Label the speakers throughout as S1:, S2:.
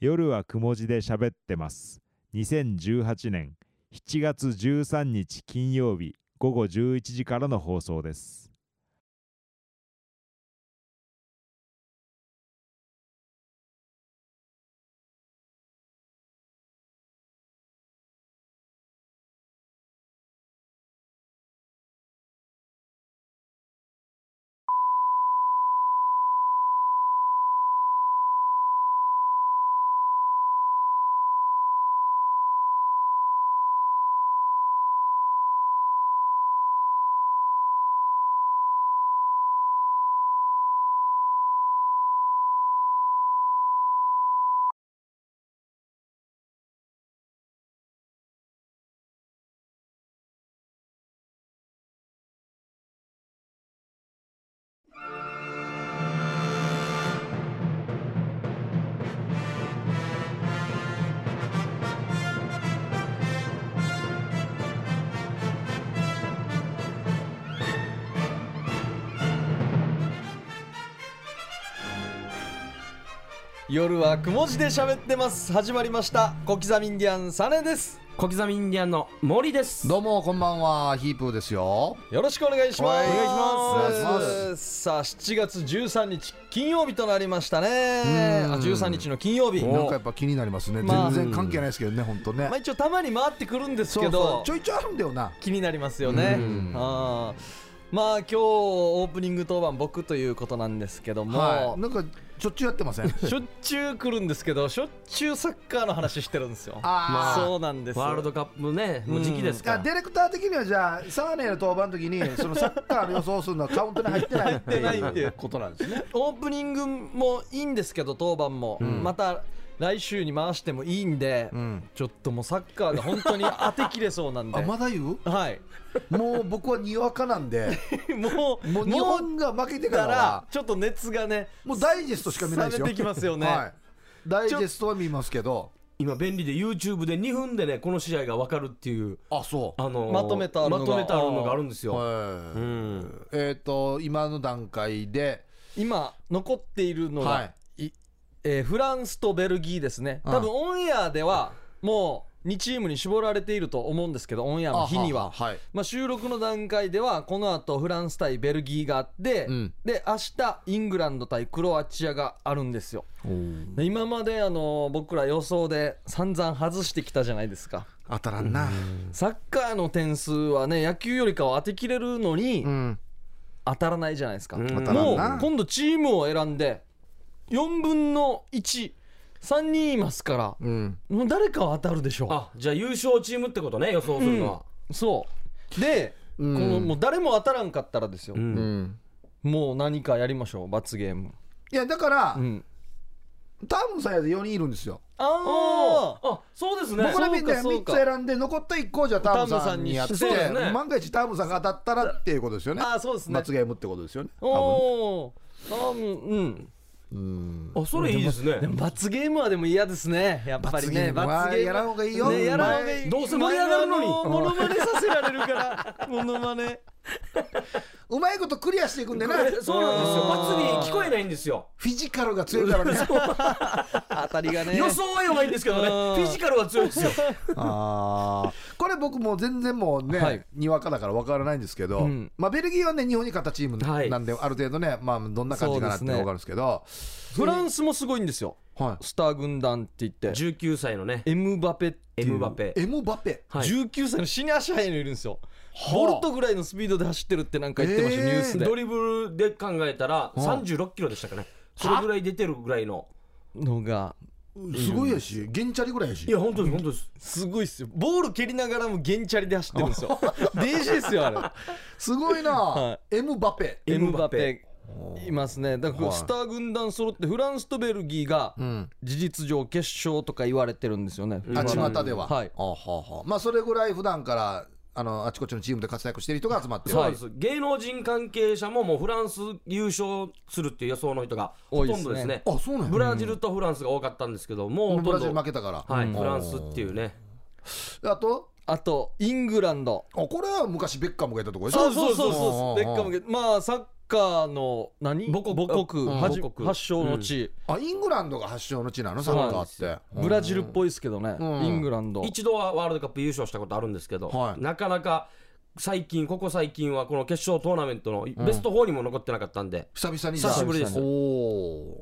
S1: 夜はくも字で喋ってます。2018年7月13日金曜日午後11時からの放送です。
S2: 夜はくも字で喋ってます始まりました小刻みインディアンサネです
S3: 小刻みインディアンの森です
S4: どうもこんばんはヒープーですよ
S2: よろしくお願いします
S4: お願いしますお願いし
S2: さあ7月13日金曜日となりましたね
S4: うん
S2: あ13日の金曜日
S4: なんか
S2: ま
S4: やっぱ気になりますね
S2: まあ
S4: 全然関係ないですけどね本当ね
S2: あ一応たまに回ってくるんです
S4: そ
S2: け
S4: うそ
S2: ど
S4: うちょいちょいあるんだよな
S2: 気になりますよね
S4: うん
S2: あーまあ今日オープニング当番僕ということなんですけども、
S4: はいなんかしょっちゅうやって ません
S2: しょっちゅう来るんですけどしょっちゅうサッカーの話してるんですよ
S4: あー
S2: そうなんですよ
S3: ワールドカップねもう時期ですか
S4: あ
S3: ら
S4: ディレクター的にはじゃあサーネの登板の時に そのサッカーの予想するのはカウントに入ってな
S2: 入
S4: いっ
S2: ってないっていう
S4: ことなんですね
S2: オープニングもいいんですけど当番も、また来週に回してもいいんで、
S4: ん
S2: ちょっともうサッカーが本当に当てきれそうなんで
S4: あまだ言
S2: はい、
S4: うもう僕はにわかな んで
S2: もう
S4: もう日本が負けて
S2: だ
S4: か
S2: からら
S4: は
S2: ちょっと熱がね
S4: もうダイジェストしか見ないですよ
S2: 冷めてきますよね
S4: はい、ダイジェストは見ますけど
S3: 今便利で YouTube で2分でねこの試合が分かるっていう
S4: あそう
S3: あのー
S2: まとめてあるのが
S3: まとめてあるのがあるんですよ
S4: はい
S3: うん
S4: えっ、と今の段階で
S2: 今残っているのが、
S4: はい
S2: えーフランスとベルギーですね多分オンエアではもう2チームに絞られていると思うんですけどオンエアの日には
S4: あはい
S2: まあ、収録の段階ではこのあとフランス対ベルギーがあって、
S4: うん
S2: で明日イングランド対クロアチアがあるんですよで今まであの僕ら予想で散々外してきたじゃないですか
S4: 当たらんな
S2: サッカーの点数はね野球よりかは当てきれるのに
S4: うん
S2: 当たらないじゃないですか、
S3: ん
S2: もう
S4: 当たらんな
S2: 今度チームを選んで4分の13人いますから
S4: うん
S2: もう誰かは当たるでしょう
S3: あじゃあ優勝チームってことね予想するのは
S2: そうで、
S4: うん
S2: このもう誰も当たらんかったらですよ、
S3: うん
S4: うん
S2: もう何かやりましょう罰ゲーム
S4: いやだから、
S2: うん
S4: タームさんやで4人いるんですよ
S2: あ
S3: あそうですね
S4: 僕らみんな
S2: そう
S4: 3
S2: か
S4: つ選んで残った1個をじゃあタームさんにやって
S2: ターム
S3: さんにそうですね
S4: 万が一タームさんが当たったらっていうことですよね
S2: あーそうですね
S4: 罰ゲームってことですよね
S2: おおーあーうん
S4: 多分
S3: あそれいいですね
S2: でも罰ゲームはでも嫌ですねやっぱりね
S4: 罰ゲームは
S2: 罰ゲーム
S4: やらんほうがいいよ
S2: ねやらんほうがいい
S3: どうせ盛り上がるのに
S2: 前 あモノマネさせられるからモノ マネ
S4: うんうまいことクリアしていくんでね
S3: そうなんですよ
S2: あー
S3: 罰に聞こえないんですよ
S4: フィジカルが強いからね
S2: 当たりがね
S3: 予想は弱いんですけどね
S2: あ
S3: フ
S2: ー
S3: ィジカルは強いですよ
S4: あーこれ僕もう全然もうね、
S2: はい
S4: にわかだから分からないんですけど、
S2: ん
S4: まあ、ベルギーはね日本に勝ったチーム
S3: はい
S4: なんで、ある程度ね、まあ、どんな感じかなって
S2: そうですね
S4: 分かるんですけど
S2: フランスもすごいんですよ
S4: は
S2: スター軍団って言って
S3: 19歳のね
S2: エムバペって
S3: エ
S2: いう
S3: ムバペ
S4: い、エムバペ
S3: はい
S2: 19歳の死に足早いのいるんですよ
S4: あ
S2: ボルトぐらいのスピードで走ってるってなんか言ってました
S4: え
S2: ニ
S4: ー
S2: ュースで
S3: ドリブルで考えたら36キロでしたかねそれぐらい出てるぐらいの
S2: のが
S4: すごいやしゲンチャリぐらいやし
S3: いや本当です本当です
S2: すごいっすよボール蹴りながらもゲンチャリで走ってるんですよ デジですよあれ
S4: すごい な、
S2: は
S4: エムバペ
S2: エ
S3: エ
S2: ム
S3: ム
S2: バ
S3: バ
S2: ペ
S3: ペ
S2: いますねだから
S4: はい
S2: スター軍団揃ってフランスとベルギーが
S4: ん
S2: 事実上決勝とか言われてるんですよね、
S4: あ
S2: 今
S4: 巷では、
S2: はい
S4: あははまあ、それぐらい普段からあのあちこちのチームで活躍している人が集まってる
S3: そうです、芸能人関係者ももうフランス優勝するっていう予想の人が
S2: 多
S3: ほ
S2: いで
S3: と
S2: すね
S3: んどですね
S4: あそうなんや
S3: ブラジルとフランスが多かったんですけどもうほ
S4: ブ
S3: と
S4: ラ
S3: ん
S4: ジル
S3: ど
S4: 負けたから、
S3: はい、
S4: うん
S3: フランスっていうね
S4: あと
S2: あとイングランド
S4: あこれは昔ベッカムがいたとこでし
S2: そ
S4: ょ
S2: うそうそうそうベ
S4: んん
S2: ッ
S4: ん
S2: カムがまあサッカーの何
S3: 母国
S2: 母国
S3: うん
S2: はじ
S3: 母国
S2: 発祥の地、
S4: あイングランドが発祥の地なのサッカーって
S2: ブラジルっ
S4: い
S2: ぽいですけどね、
S4: うん
S2: イングランド
S3: 一度はワールドカップ優勝したことあるんですけど、
S4: はい
S3: なかなか最近ここ最近はこの決勝トーナメントのベスト4にも残ってなかったんで、
S4: 久々に
S3: 久しぶりです
S4: お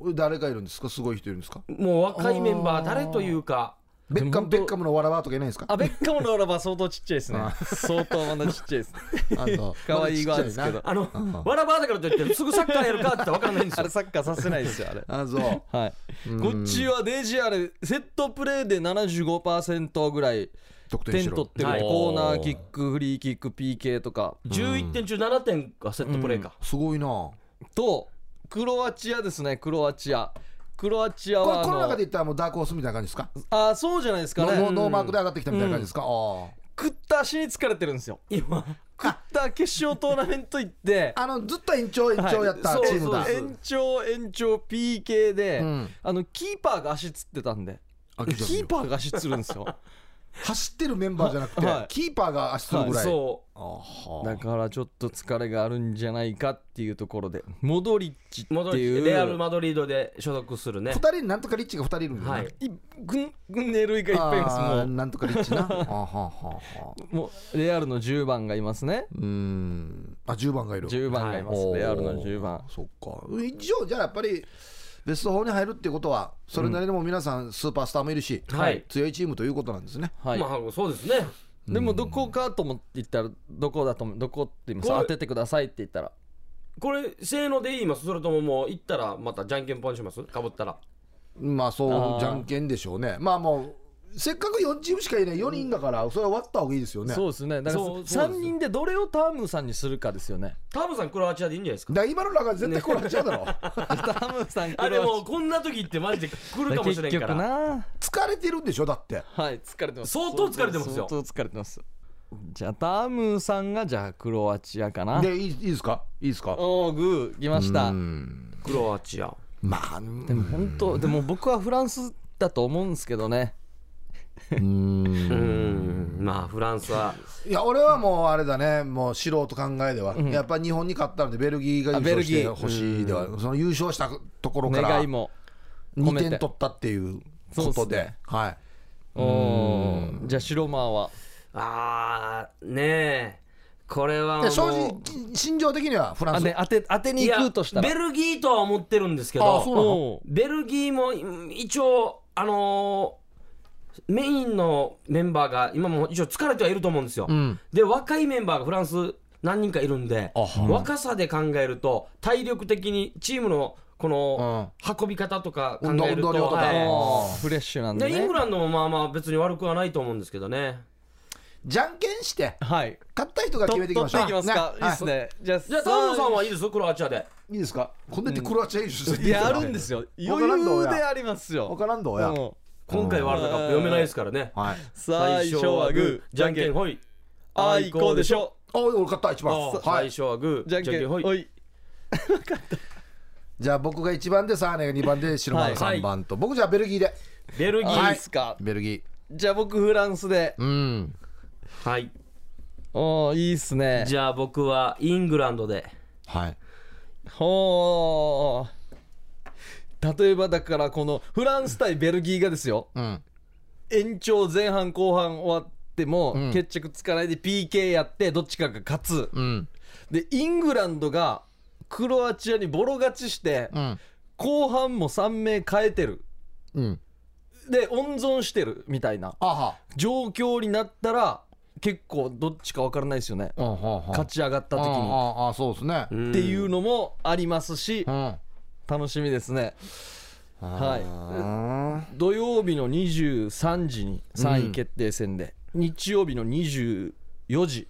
S4: お誰がいるんですかすごい人いるんですか
S3: もう若いメンバー誰というか
S4: ベッ
S2: で
S4: カ
S2: も本
S4: ム
S2: 当
S4: ベッカムのわらわとかいないんですか
S2: あベッカムのならば相当ちっちゃいですね相当まだちっちゃいです
S4: あの
S2: 可愛い側ですけど
S3: あの、わらばだからといってすぐサッカーやるかって分からないんです
S2: あ
S3: よ
S2: れサッカーさせないですよあれ
S4: あそう
S2: はい
S4: ん
S2: こっちはデジあれセットプレーで75%ぐらい
S4: 得点し
S2: 点
S4: ろ
S2: 取ってる、
S3: はい
S2: コーナーキックフリーキック PK とか
S3: 11点中7点がセットプレーか、
S4: すごいなこと
S2: クロアチアですねクロアチアクロアチア
S4: れ
S2: はあ
S4: この中で
S2: の
S4: 言ったらもうダークホースみたいな感じですか
S2: あーそうじゃないですか
S4: ノーノー
S2: ね
S4: ノーマークで上がってきたみたいな感じですかあー
S2: 食った足に疲れてるんですよ
S3: 今
S2: 食った決勝トーナメント行って
S4: あのずっと延長延長やった
S3: はい
S4: チームだ
S3: そうそう
S2: 延長延長 PK で、
S4: うん
S2: あのキーパーが足つってたんで
S4: あ
S2: キ
S4: 聞いてます
S2: ー
S4: よ
S2: パーが足つるん ですよ
S4: 走ってるメンバーじゃなくて
S2: はい
S4: キーパーが足するぐらい
S3: そ
S4: あは
S2: だからちょっと疲れがあるんじゃないかっていうところでモドリッチって
S3: う戻って
S2: い
S3: き
S2: う
S3: てレアル・マドリードで所属するね
S4: 2人になんとかリッチが2人いるんだよ
S3: は
S4: ね
S3: い
S2: いぐんぐんねるいがいっぱいいます
S4: あ
S2: も
S4: ー
S2: う
S4: なんとかリッチなあはははは
S2: もうレアルの10番がいますね
S4: うーんあ10番がいる
S2: 10番がいます、
S4: おー
S2: レアルの10番
S4: そっか一応じゃあやっぱりベスト4に入るっていうことはそれなりにも皆さんスーパースターもいるし、
S3: はい
S4: 強いチームということなんですね
S2: はい、
S3: まあそうですね
S2: でもどこかと思って言ったらどこだと思うどこって言います
S3: これ
S2: 当ててくださいって言ったら
S3: これせーので言いますそれとももう行ったらまたじゃんけんぽんしますかぶったら
S4: まあ
S2: あ
S4: そ
S2: ー
S4: うじゃんけんでしょうねまあもうせっかく4チームしかいない4人だからそれは割った方がいいですよね
S2: そうですねだから
S3: そうそうです
S2: 3人でどれをタームさんにするかですよ ね
S3: タムさんクロアチアでいいんじゃないですか
S4: だから今の中で絶対こうなっちゃうだろ
S2: タームさん
S3: あれもうこんな時ってマジで来るかもしれ
S2: 結
S3: ん
S2: 局
S3: から
S2: な
S4: 疲れてるんでしょだって
S2: はい疲れてます
S3: 相当疲れてますよ
S2: 相当疲れてますじゃあタームさんがじゃあクロアチアかな
S4: でいいいいですかいいですか
S2: おおグー来ました
S4: うん
S3: クロアチア
S4: まあ
S2: でも本当でも僕はフランスだと思うんですけどね
S4: うん
S3: うーんまあフランスはい
S4: や俺はもうあれだねもう素人考えでは、やっぱ日本に勝ったのでベルギーが優勝してほしいではその優勝したところから
S2: 願い
S4: 2
S2: も込めて
S4: 点取ったっていうこ
S2: そう
S4: と
S2: っす
S4: で
S2: ね
S4: はい
S2: おーじゃあ白間は
S3: あーねえこれはも
S4: で
S3: う
S4: 正直心情的にはフラ
S2: あ
S4: ンス
S2: で当て当てに
S3: い
S2: 行
S3: や
S2: くとしたら
S3: ベルギーとは思ってるんですけ
S4: あ
S3: ど
S4: そうなの
S2: おー
S3: ベルギーもうん一応あのーメインのメンバーが今も一応疲れてはいると思うんですよ、
S4: ん
S3: で若いメンバーがフランス何人かいるんで
S4: あはい
S3: 若さで考えると体力的にチームのこの運び方とか考
S4: 運動
S3: え
S4: 運
S3: ると、
S4: 動量とか、
S3: はい
S2: おーフレッシュなんで
S3: でイン
S2: ね
S3: グランドもまあまあ別に悪くはないと思うんですけどね
S4: じゃんけんして
S2: はい
S4: 勝った人が決めていきましょう
S2: と取っていきますかいいっす
S4: はい
S2: ねじゃあ
S3: じゃあタモさんはいいですよクロアチアで
S4: いいですかこんなにクロアチア優勝して
S2: いやあるんですすよ
S4: わ
S2: 余
S4: からんど
S2: 裕
S4: うや
S2: でありますよ
S4: 分からんどうや、
S2: うん
S3: 今回ワールドカップ読めないですからね
S4: はい
S2: 最初はグー
S3: じゃんけん
S2: ほい
S3: ほい
S2: あいこうでしょ
S4: あ俺勝った一番
S3: あー
S4: は
S3: 最
S4: い
S3: 初はグー
S2: じゃんけんほい
S4: じゃあ僕が1番でサーネが2番で白間が3番と、僕じゃあベルギーで
S3: ベルギ
S2: あいいっ
S3: ー
S2: すか
S4: ベルギ
S2: じゃあ僕フランスで
S4: ーうん
S3: はい
S2: おーいいっすね
S3: じゃあ僕はイングランドで
S4: はい
S2: ほー例えばだからこのフランス対ベルギーがですよ
S4: うん
S2: 延長前半後半終わっても
S4: ん
S2: 決着つかないで PK やってどっちかが勝つ
S4: うん
S2: でイングランドがクロアチアにボロ勝ちして
S4: うん
S2: 後半も3名変えてる
S4: うん
S2: で温存してるみたいな
S4: あは
S2: 状況になったら結構どっちか分からないですよね
S4: うんはんはん
S2: 勝ち上がった
S4: あ
S2: 時に
S4: あああそうですね
S2: っていうのもありますし
S4: うん
S2: 楽しみですねは
S4: あ
S2: い土曜日の23時に3位決定戦で、日曜日の24時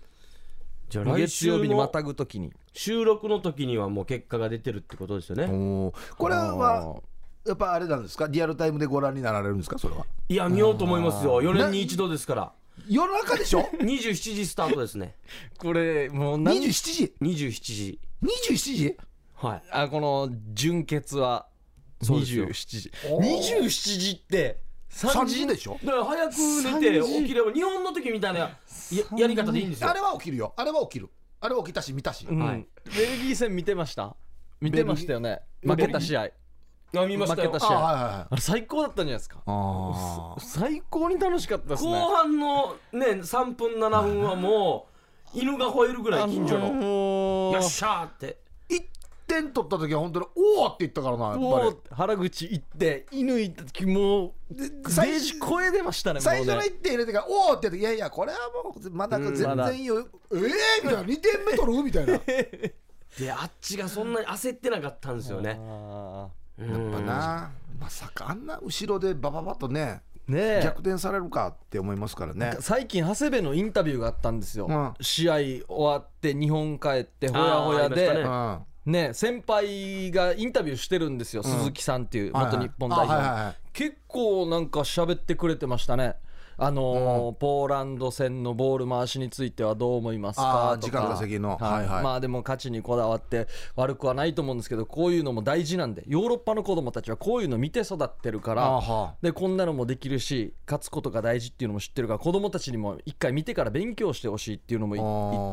S3: じゃあ来
S2: 月
S3: 週
S2: 曜日にま
S3: の
S2: たぐ時に
S3: 収録の時にはもう結果が出てるってことですよね
S4: おーこれはやっぱあれなんですかリアルタイムでご覧になられるんですかそれはい
S3: や見ようと思いますよ4年に一度ですから
S4: 夜中でし ょ
S3: 27時スタートですね
S2: これもう何
S4: 27時
S3: 27時
S4: 27時
S3: はい
S2: あこの純潔は
S3: そうですよ
S2: 27時27時って
S4: 3
S2: 3
S4: 時でしょ
S3: だから早く寝て起きれば日本の時みたいなややり方でいいんですよ
S4: あれは起きるよあれは起きるあれは起きたし見たし、
S2: うん
S3: はい
S2: ベルギー戦見てました見てましたよね負けた試合
S3: あ見ましたよ
S2: 負けた
S4: あ
S2: し
S4: あはいはいはい
S2: あれ最高だったんじゃないですか
S4: あ
S2: 最高に楽しかったですね
S3: 後半のね3分7分はもう犬が吠えるぐらい近所の
S2: の
S3: よっしゃーって
S4: 1点取った時は本当におおって言ったからなやっぱり
S2: 原口行って犬行った時もうデ
S4: 最
S2: ージ声出ましたねもう
S4: 最
S2: ね
S4: 初の1点入れてからおおって言っていやいやこれはもうまだ全
S2: まだ
S4: 然いいよ、ええー、みたいな2点目取るみた いなやっ
S3: であっちがそんなに焦ってなかったんですよね
S2: あ
S4: ぱなまさかあんな後ろでバババッとね
S2: ーねえ
S4: 逆転されるかって思いますからね
S2: 最近長谷部のインタビューがあったんですよ、
S4: うん
S2: 試合終わって日本帰ってほやほや
S3: あーありまし
S4: うん
S2: で、
S4: は
S2: ね先輩がインタビューしてるんですよ、鈴木さんっていう
S4: いはい
S2: 元日本代表、
S4: あはいはいはい
S2: 結構なんか喋ってくれてましたねあのーポーランド戦のボール回しについてはどう思います
S4: あ
S2: か
S4: ー
S2: と
S4: 時間
S2: か
S4: 稼ぎのはいはい
S2: まあでも勝ちにこだわって悪くはないと思うんですけどこういうのも大事なんでヨーロッパの子供たちはこういうの見て育ってるから
S4: あーは
S2: でこんなのもできるし勝つことが大事っていうのも知ってるから子供たちにも一回見てから勉強してほしいっていうのもい
S4: あ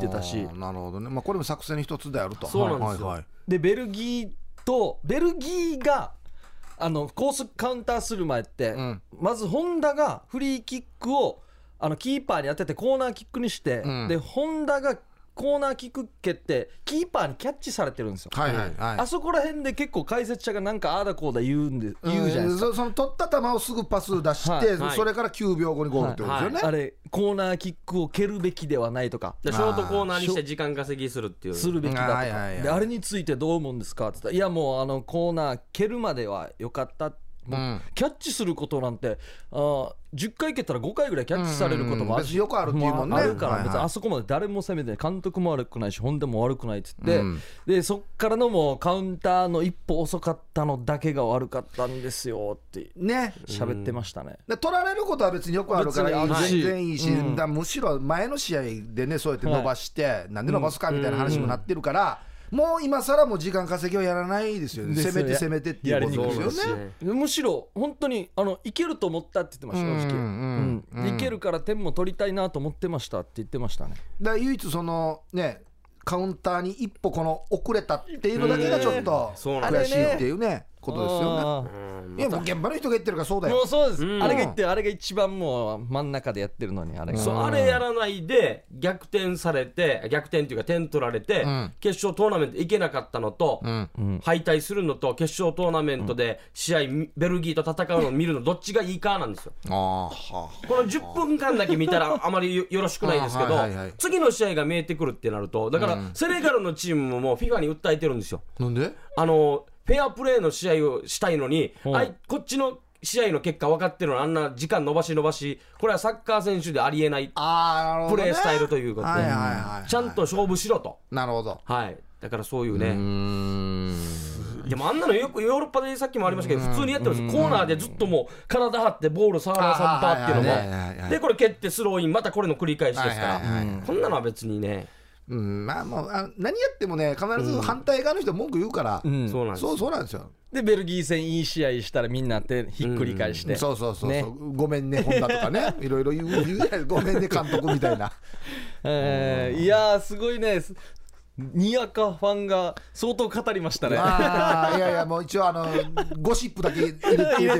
S2: 言ってたし
S4: ーなるほどね、まあ、これも作戦の一つであると
S3: そうなんですよ
S4: はいはい
S2: でベルギーとベルギーがあのコースカウンターする前って、
S4: ん
S2: まず本田がフリーキックをあのキーパーに当ててコーナーキックにして、
S4: ん
S2: で本田がコーナーキック蹴ってキーパーにキャッチされてるんですよ。
S4: はいはいはい
S2: あそこら辺で結構解説者がなんかああだこうだ言うんで言うじゃないですか、
S4: うんそその取った球をすぐパス出して、
S2: はい
S3: はい
S4: それから9秒後にゴールってことですよね、
S2: あれコーナーキックを蹴るべきではないとか
S3: でショートコーナーにして時間稼ぎするっていう
S2: するべきだとか、
S4: はいはいはい
S2: であれについてどう思うんですかって言ったらいやもうあのコーナー蹴るまではよかったもう
S4: うん
S2: キャッチすることなんてあー10回蹴ったら5回ぐらいキャッチされることもある
S4: 別によくあるっていうもんね、
S2: あるから
S4: はい
S2: 別
S4: はい
S2: にあそこまで誰も攻めてない監督も悪くないし本でも悪くないっつって、
S4: うん
S2: でそっからのもうカウンターの一歩遅かったのだけが悪かったんですよって
S4: ね
S2: 喋ってましたね、
S4: で取られることは別によくあるからい
S2: 別にある
S4: い
S2: し
S4: 全然いいし、
S2: うん
S4: だむしろ前の試合でねそうやって伸ばして、なんで伸ばすかみたいな話もなってるから、もう今更もう時間稼ぎをやらないですよね
S2: ですよね
S4: 攻めて攻めてっていうこと
S3: そうなん
S4: で
S3: ですす
S4: よ
S3: よ
S4: ね。
S3: ね
S2: むしろ本当にあのいけると思ったって言ってました正直、
S4: うん
S2: うんいけるから点も取りたいなと思ってましたって言ってましたね
S4: だから唯一そのねカウンターに一歩この遅れたっていうのだけがちょっと
S3: そうなん
S2: で
S4: 悔
S2: す
S4: しいっていうねことですよね。
S2: あー
S3: うん
S4: いやもう現場の人が言ってるからそうだ
S2: も
S4: よ
S2: う。そうです、
S3: うん
S2: あれが言ってあれが一番もう真ん中でやってるのにあれが
S3: そうあれやらないで逆転されて逆転というか点取られて、
S4: ん
S3: 決勝トーナメント行けなかったのと、
S4: ん
S3: 敗退するのと決勝トーナメントで試合、ベルギーと戦うのを見るのどっちがいいかなんですよ。
S4: ああは
S3: この10分間だけ見た らあまりよよろしくないですけど、
S4: あはいはいはい
S3: 次の試合が見えてくるってなるとだからセネガルのチームももう FIFA に訴えてるんですよ。
S4: あ。なんで？
S3: あのフェアプレーの試合をしたいのに、
S2: うん
S3: あいこっちの試合の結果分かってるのにあんな時間延ばし延ばしこれはサッカー選手でありえない
S4: ああなるほど、
S3: プ
S4: ね。
S3: レースタイルということで、
S4: はいはいはいはい。
S3: ちゃんと勝負しろと、
S4: なるほど。
S3: はい、だからそういう
S4: うー
S3: ね、
S4: ん。
S3: でもあんなのよくヨーロッパでさっきもありましたけど、普通にやってます、コーナーでずっともう、体張ってボール触らさんぱっていう
S4: あはいはいはい
S3: のも、
S4: はい
S3: で、これ蹴ってスローイン、またこれの繰り返しですか
S4: はいはいはい
S3: ら、こんなのは別にね、
S4: うん、まあもうあ何やってもね必ず反対側の人文句言うから、
S2: ん
S3: そうなんです
S4: そうそうなんですよ、
S2: でベルギー戦いい試合したらみんなってひっくり返して、
S4: そうそうそうそう、
S2: ね
S4: ごめんね本田とかねいろいろ言う言うじゃないごめんね監督みたいな
S2: えーいやーすごいねすにやかファンが相当語りましたね
S4: ああいやいやもう一応あのゴシップだけ入れて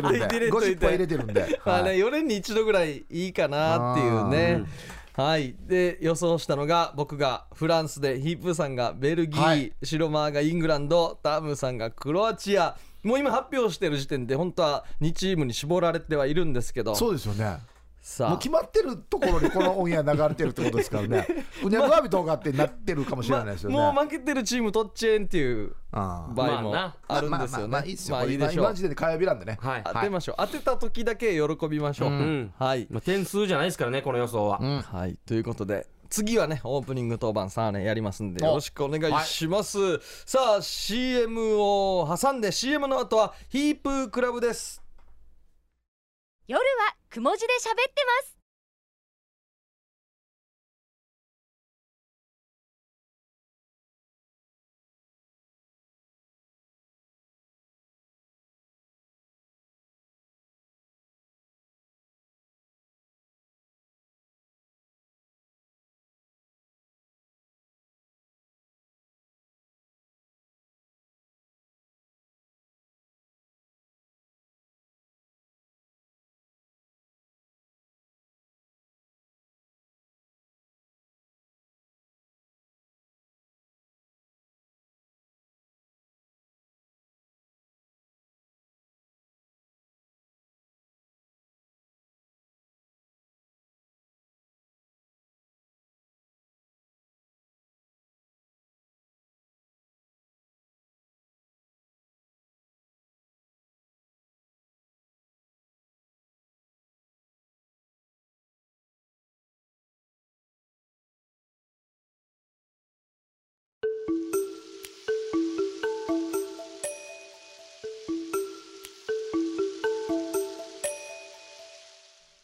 S4: 入れてる
S2: 入れ
S4: ん
S2: といて入れといて
S4: でゴシップは入れてるん で、
S2: まあ
S4: は
S2: ね、
S4: い
S2: 4年に一度ぐらいいいかなっていうね。はい、で予想したのが僕がフランスでヒープーさんがベルギー、
S4: はい
S2: シロマーがイングランドタームさんがクロアチアもう今発表してる時点で本当は2チームに絞られてはいるんですけど
S4: そうですよねもう
S2: さ
S4: 決まってるところにこのオンエア流れてるってことですか らねうにゃぐわび動画ってなってるかもしれないです
S2: あ
S4: よね、
S2: もう負けてるチーム取っちゃえんっていう
S4: あー
S2: 場合も
S3: まあな
S2: あるんですよね。
S4: まあまあまあいいですよ、
S2: まあいい
S4: これ
S2: でし
S4: 今
S2: ょう
S4: の時点で火曜日なんでね、
S3: はい、
S2: 当てましょう、当てた時だけ喜びましょう。
S3: ん
S2: はい
S3: まあ、点数じゃないですからね、この予想は。
S2: はい、ということで次はねオープニング当番3年やりますんでよろしくお願いします、さあ CM を挟んで CM の後はヒープークラブです
S5: 夜はくも字で喋ってます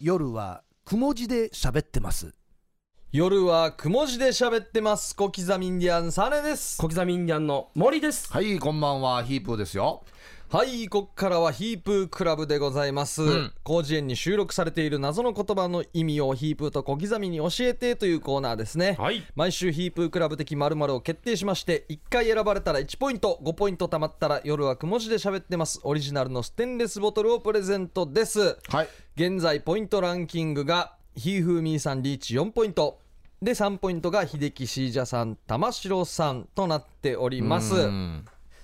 S6: 夜はくも字で喋ってます
S2: 夜はくも字で喋ってます小刻みインディアンサネです
S3: 小刻みインディアンの森です
S4: はいこんばんはヒープーですよ
S2: はいここからはヒープークラブでございます、
S4: ん
S2: 広辞苑に収録されている謎の言葉の意味をヒープーと小刻みに教えてというコーナーですね、
S3: はい
S2: 毎週ヒープークラブ的〇〇を決定しまして1回選ばれたら1ポイント5ポイント貯まったら夜はくも字で喋ってますオリジナルのステンレスボトルをプレゼントです
S4: はい
S2: 現在ポイントランキングがひーふーみーさんリーチ4ポイントで3ポイントが秀樹シージャさん玉城さんとなっております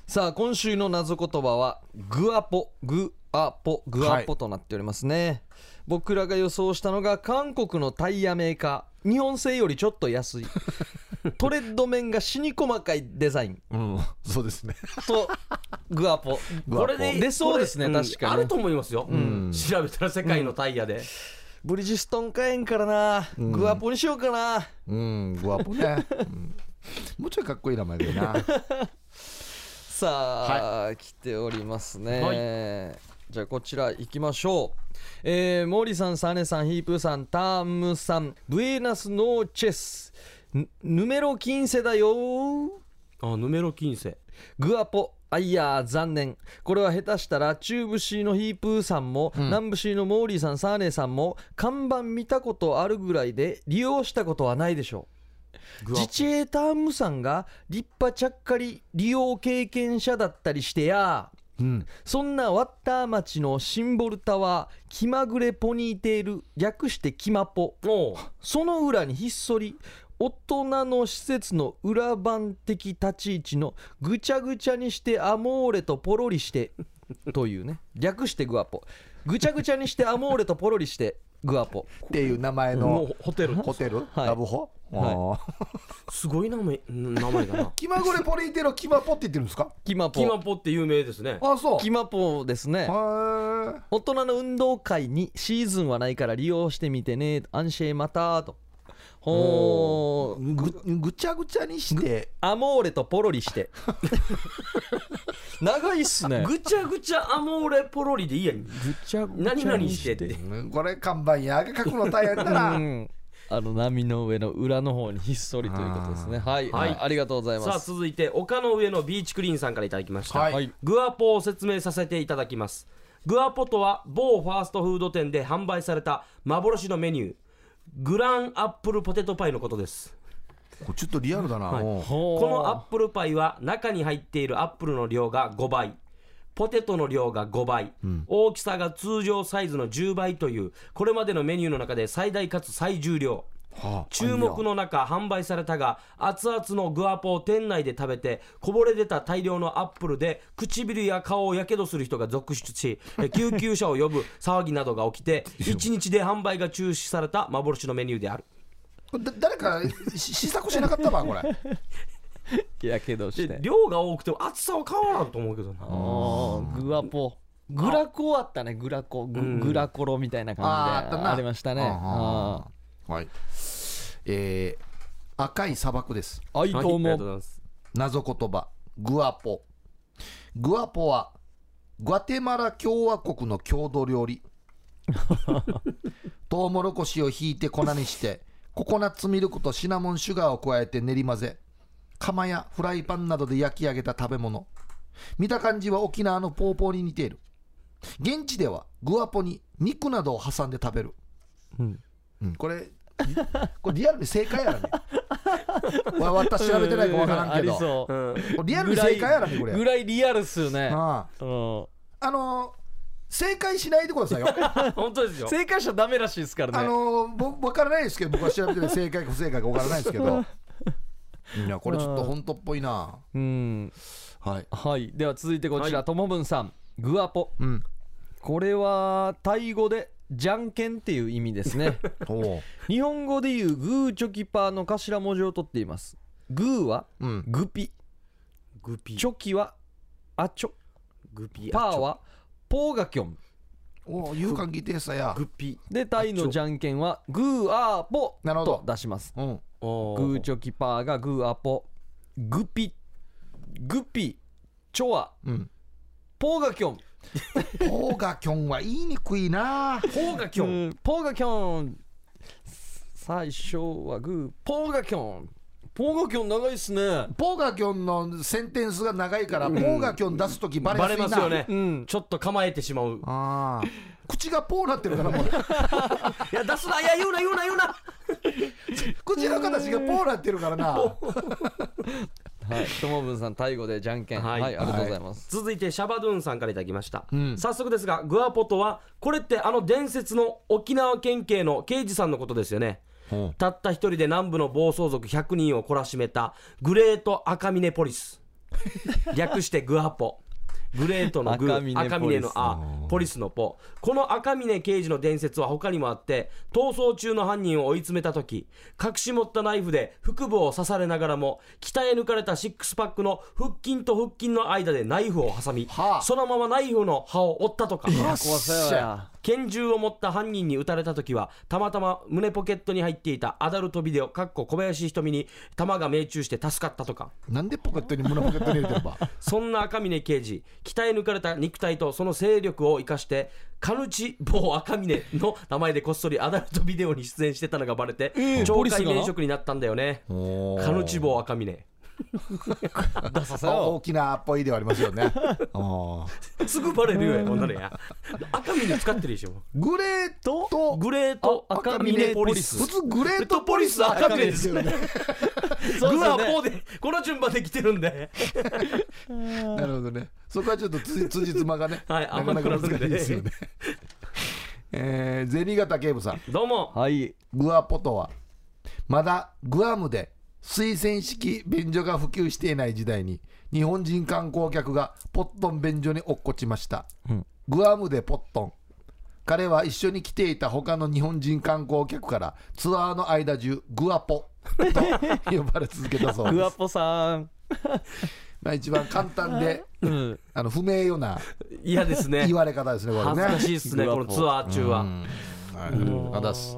S2: さあ今週の謎言葉はグアポグアポグアポとなっておりますね、僕らが予想したのが韓国のタイヤメーカー日本製よりちょっと安いトレッド面が死に細かいデザイン
S4: うんそうですね
S2: とグアポ
S3: これで
S2: 出そうですね
S3: これん
S2: 確かに
S3: あると思いますよ調べたら世界のタイヤで
S2: ブリヂストン買えんからな、グアポにしようかな
S4: うんグアポね、うんもうちょいかっこいい名前でいい な
S2: さあ、来ておりますね、じゃあこちら行きましょうえー、モーリーさんサネさんヒープーさんタームさんブエナスノーチェスヌヌメロ金世だよ
S3: あヌメロ金星
S2: グアポあいやー残念これは下手したら中部 C のヒープーさんも、南部 C のモーリーさんサーネさんも看板見たことあるぐらいで利用したことはないでしょう自治衛タームさんが立派ちゃっかり利用経験者だったりしてや
S4: うん
S2: そんなワッター町のシンボルタワー気まぐれポニーテール略してキマポ
S3: おう
S2: その裏にひっそり大人の施設の裏番的立ち位置のぐちゃぐちゃにしてアモーレとポロリしてというね略してグアポぐちゃぐちゃにしてアモーレとポロリしてグアポ
S4: っていう名前
S3: も
S4: の
S3: うホテル
S4: ホテル、
S2: はい
S4: ラブホ、
S2: は
S4: あー
S3: すごい名前うん名前だな
S4: 気まぐれポリーテロキマポって言ってるんですか
S2: キマ
S3: キマ
S2: ポ
S3: ポって有名ですね
S4: あそう
S2: キマポですね
S4: へ
S2: 大人の運動会にシーズンはないから利用してみてねアンシェまたとほう
S4: ーぐぐちゃぐちゃにして
S2: アモーレとポロリして長いっすね
S3: ぐちゃぐちゃアモーレポロリでいいやん
S2: ちゃ
S3: 何々してって
S4: うんこれ看板やが書くの大変だな、
S2: うんあの波の上の裏の方にひっそりということですね。はい、
S3: はい
S2: ありがとうござい
S3: さ
S2: ま
S3: あ
S2: す。
S3: 続いて丘の上のビーチクリーンさんからいただきました、
S4: はい
S2: はい
S3: グアポを説明させていただきますグアポとは某ファーストフード店で販売された幻のメニューグランアップルポテトパイのことです
S4: これちょっとリアルだな、
S3: い
S4: うん
S2: こ
S3: このアップルパイは中に入っているアップルの量が5倍ポテトの量が5倍、大きさが通常サイズの10倍というこれまでのメニューの中で最大かつ最重量
S4: はあ
S3: 注目の中販売されたが熱々のグアポを店内で食べてこぼれ出た大量のアップルで唇や顔をやけどする人が続出 しえ救急車を呼ぶ騒ぎなどが起きて1日で販売が中止された幻のメニューである
S4: これだ誰かし試作しなかったばこれ
S2: やけどして
S3: で。量が多くても熱さは変わらんと思うけどな
S2: おーグアポ。グラコあったね、グラコ。グ,、グラコロみたいな感
S4: あーあっ
S2: じ
S4: た
S2: で
S4: な
S2: ありましたね。
S4: うんうん
S2: あ
S4: はいえー赤い砂漠です
S2: ーはい、
S3: はい
S2: どう
S3: ありがとうござ
S2: も。
S3: います
S4: 謎言葉グアポグアポはグアテマラ共和国の郷土 料理トウモロコシをひいて粉にしてココナッツミルクとシナモンシュガーを加えて練り混ぜ釜やフライパンなどで焼き上げた食べ物見た感じは沖縄のポーポーに似ている現地ではグアポに肉などを挟んで食べる、うんこれこれリアルに正解やら ねわ私調べてないか分からん
S2: あ
S4: け
S2: り
S4: ど
S2: そう。
S4: これリアルに正解やらねこれ
S2: ぐらいリアルっすよね。
S4: あ
S2: うん
S4: ああのー正解しないでくださいよあ
S3: 本当ですよ
S2: 正解者ダメらしいですからね。
S4: のーぼ分からないですけど僕は調べてない正解か不正解か分からないですけどいやこれちょっと本当っぽいな
S2: うん。
S4: はい
S2: はい。では続いてこち
S3: は
S2: ら、
S3: い
S2: ともぶんさん。グアポ。
S4: うん
S2: これは、タイ語で、じゃんけんっていう意味です ね。
S4: おお
S2: 日本語でいうグーチョキパーの頭文字を取っていますグーは
S4: うん
S2: グピ
S3: グピ
S2: チョキはアチョ
S3: グピ
S2: パーはポーガキョン
S4: おお勇敢議定さや
S3: グピ
S2: でタイのじゃんけんはグーアーポ
S4: なるほ
S2: と
S4: ど
S2: 出します
S4: うん
S3: お
S2: グーチョキパーがグーアーポグピグピチョは
S4: うん
S2: ポーガキョン
S4: ポーガキョンは言いにくいな
S3: ほうがきょん
S2: うんポーガキョン最初はグーポーガキョンポーガキョン長いっすね
S4: ポーガキョンのセンテンスが長いから、ポーガキョン出すときバレ
S3: バ
S4: やす
S3: レ
S4: いな
S3: ますよね
S2: うん
S3: ちょっと構えてしまう
S4: ああ口がポーなってるからもう
S3: いや出すないや言うな言うな言うな
S4: 口の形がポーなってるからな
S2: はいともぶんさんタイ語でじゃんけん
S3: は
S2: はいい、ありがとうございます、
S3: 続いてシャバドゥンさんからいただきました、
S4: うん
S3: 早速ですがグアポとはこれってあの伝説の沖縄県警の刑事さんのことですよねたった一人で南部の暴走族100人を懲らしめたグレート赤峰ポリス略してグアポグレートのグ
S2: 赤峰ポリス
S3: 赤峰のあポリスのポこの赤峰刑事の伝説は他にもあって逃走中の犯人を追い詰めた時隠し持ったナイフで腹部を刺されながらも鍛え抜かれたシックスパックの腹筋と腹筋の間でナイフを挟み、
S4: はあ
S3: そのままナイフの刃を折ったとか
S2: あ怖そうや
S3: 拳銃を持った犯人に撃たれた時はたまたま胸ポケットに入っていたアダルトビデオかっこ小林瞳に弾が命中して助かったとか
S4: なんでポケットに胸ポケットに入れてる ば
S3: そんな赤峰刑事鍛え抜かれた肉体とその勢力を生かしてカヌチ某赤峰の名前でこっそりアダルトビデオに出演してたのがバレて懲
S2: ポリス
S3: 戒
S2: が
S3: 免職になったんだよねカヌチ某赤峰
S2: 出させ
S4: 大
S2: よ
S4: きなっぽいではありますよ ねおー
S3: すぐバレるよやこんなのや赤峰使ってるでしょ
S4: グレート
S3: グレート赤峰ポリス
S4: 普通グレートポリス赤峰ですよね
S3: グアポでこの順番で来てるんで
S4: なるほどねそこはちょっとつつじつまが ね
S3: はい
S4: なかなか難しいですよね えー、ゼニガタ警部さん
S3: どうも
S2: はい
S4: グアポとはまだグアムで推薦式便所が普及していない時代に日本人観光客がポットン便所に落っこちました、グアムでポットン彼は一緒に来ていた他の日本人観光客からツアーの間中グアポと 呼ばれ続けたそう
S2: グ
S4: で
S2: ア
S4: す、
S2: ポさん
S4: まあ、一番簡単で
S2: うん
S4: あの不明ような
S3: 嫌ですね
S4: 言われ方ですねこれ
S3: 恥ずか
S4: ね
S3: しいっすね
S2: グア
S3: こ
S2: ポ
S3: のツアー中は
S4: うんあだす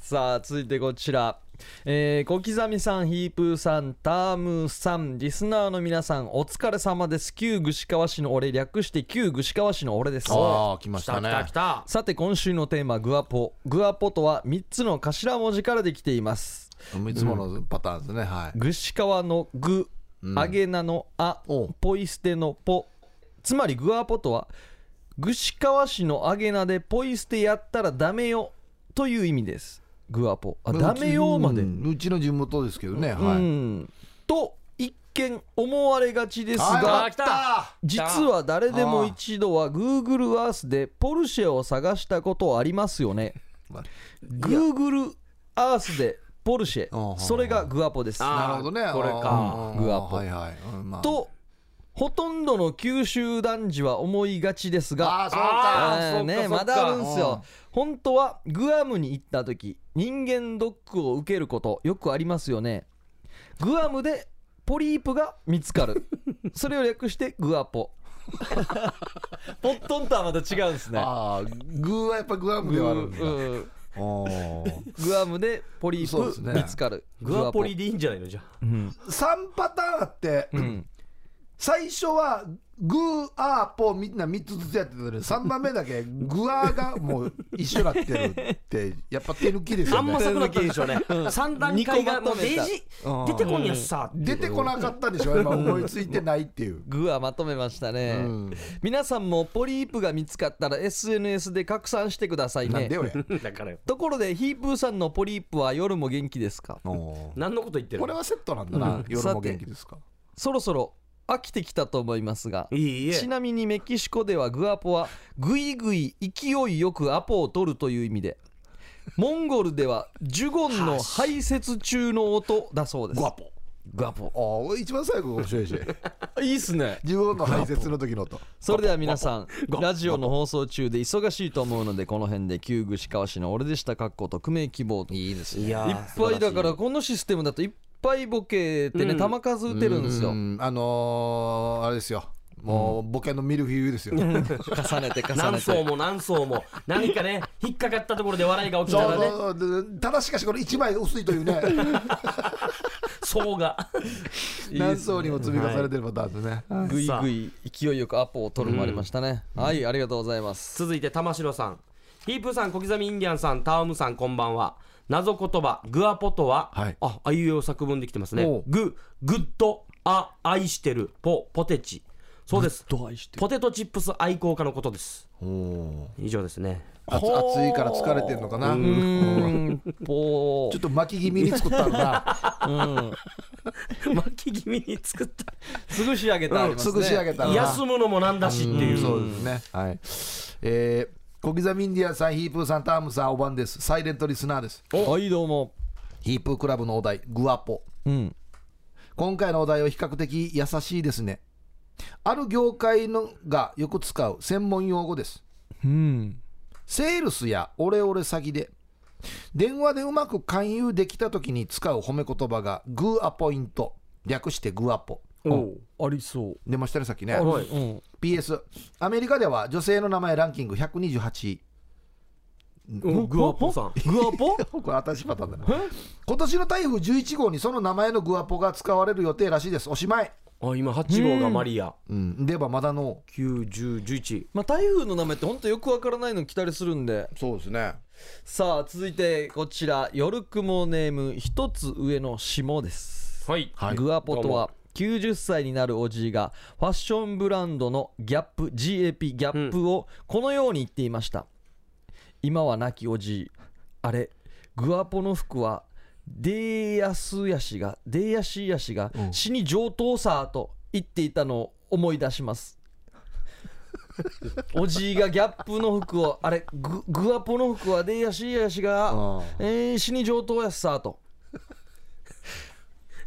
S2: さあ続いてこちら、えー小刻みさんヒープーさんタームーさんリスナーの皆さんお疲れ様です旧串川市の俺略して旧串川市の俺です
S4: ああ来ま
S3: 来
S4: したた
S3: 来た
S4: ね
S3: 来た
S2: さて今週のテーマグアポグアポとは3つの頭文字からできています
S4: いつものパターンですねはい
S2: 串川のグアゲナのア、
S4: おう
S2: ポイ捨てのポつまりグアポとは串川市のアゲナでポイ捨てやったらダメよという意味ですグアポあダメよまで
S4: うんうちの地元ですけどね、
S2: う
S4: はい
S2: んと一見思われがちです
S4: は
S2: が
S4: い来た
S2: 実は誰でも一度は Google Earth でポルシェを探したことありますよね
S4: まあ
S2: Google Earth でポルシ
S4: あ
S2: ェ
S4: あ
S2: それがグアポです
S3: あ
S4: なるほどね
S3: これか
S4: あー
S2: グアポ
S4: はいはい、うんまあ
S2: とほとんどの九州男児は思いがちですが
S4: あーそうか
S3: あー
S2: えー
S3: そっかそっ
S2: ね
S3: か
S2: まだあるんす
S4: う
S2: よ
S4: ん
S2: 本当はグアムに行った時人間ドックを受けることよくありますよねグアムでポリープが見つか るそれを略してグアポポットンとはまた違うんですね
S4: あーグーはやっぱグアムではあるんだ
S2: うん
S4: おー
S2: グアムでポリ
S4: そうで
S2: ー
S4: す
S2: プ
S4: ね
S2: 見つかる
S3: グアポリでいいんじゃないのじゃあ
S4: 三パターンあって、
S2: うん
S4: 最初はグーアーポみんな3つずつやってたのに3番目だけグアーがもう一緒になってるってやっぱ手抜きです
S3: あ
S4: よ
S3: ん
S4: ね
S3: まさくなったでしょうね3 段階がもうデイジ
S4: うん
S3: 出てこんやっさ
S4: 出てこなかったでしょ今思いついてないっていう、
S2: グアまとめました
S4: う
S2: ね、
S4: ん、
S2: 皆さんもポリープが見つかったら SNS で拡散してください
S4: なん
S2: ね
S4: でよや
S3: だからよ
S2: ところでヒープーさんのポリープは夜も元気ですか
S4: おー
S3: 何のこと言ってる
S4: これはセットなんだな、
S2: うん
S4: 夜も元気ですか
S2: そろそろ飽きてきたと思いますが
S3: いいえ
S2: ちなみにメキシコではグアポはグイグイ勢いよくアポを取るという意味でモンゴルではジュゴンの排泄中の音だそうです
S4: グアポ
S2: グアポ
S4: ああ一番最後が面白いし
S2: いいっすね
S4: 自分の排泄の時の音
S2: それでは皆さんラジオの放送中で忙しいと思うのでこの辺で旧具川市の俺でした格好匿名希望といいです
S3: いや
S2: いっぱいだからこのシステムだといっぱいボケてね、
S3: うん
S2: 球数打てるんですよ
S4: うーんあのー、あれですよもう、ボケのミルフィーユですよ
S2: 重ねて重
S3: 何
S2: ね
S3: 層
S2: て
S3: も何層も何かね引っかかったところで笑いが起きた
S4: そう
S3: らね
S4: そうそうただしかしこの1枚薄いというね
S3: 層が
S4: 何層にも積み重ねてるパターンですね、はい
S2: ぐいぐい勢いよくアポを取るもありましたね、はいありがとうございます
S3: 続いて玉城さんヒープーさん小刻みインディアンさんタームさんこんばんは謎言葉グアポとは、
S4: はい
S3: ああいうえお作文できてますね
S4: おう
S3: ググッドあ愛してるポポテチそうですポテトチップス愛好家のことです以上です ね
S4: 暑暑いから疲れてるのかな、
S2: うーん ぽ
S4: ちょっと巻き気味に作ったのな
S3: 巻き気味に作った
S2: すぐ仕上げたありますね
S4: すぐ仕上げたのな
S3: 休むのもなんだしっていう
S4: そうですねはいえー小刻みインディアンさん、ヒープーさん、タームさん、おばんです。サイレントリスナーです。
S2: はいどうも
S4: ヒープークラブのお題、グアポ。
S2: うん
S4: 今回のお題は比較的優しいですね。ある業界のがよく使う専門用語です。
S2: うん
S4: セールスやオレオレ詐欺で電話でうまく勧誘できた時に使う褒め言葉がグーアポイント略してグアポ
S2: ありそう
S4: 出ましたねさっきね
S2: あるうん、
S4: PS アメリカでは女性の名前ランキング128位
S3: うんグアポさん
S2: グアポ
S4: これ私パターンだな今年の台風11号にその名前のグアポが使われる予定らしいですおしまい、
S3: あ今8号がマリア
S4: うん、ではまだの
S3: 91011
S2: まあ、台風の名前って本当よくわからないの来たりするんで
S4: そうですね
S2: さあ続いてこちら夜雲ネーム一つ上の下です、
S3: はい
S2: グアポと
S3: どう
S2: は
S3: も
S2: 90歳になるおじいがファッションブランドのギャップ GAP ギャップをこのように言っていました、今は亡きおじいあれグアポの服はデーヤスヤシがデーヤシヤシが死に上等さと言っていたのを思い出します おじいがギャップの服をあれググアポの服はでやしやしが、えー、死に上等やっさと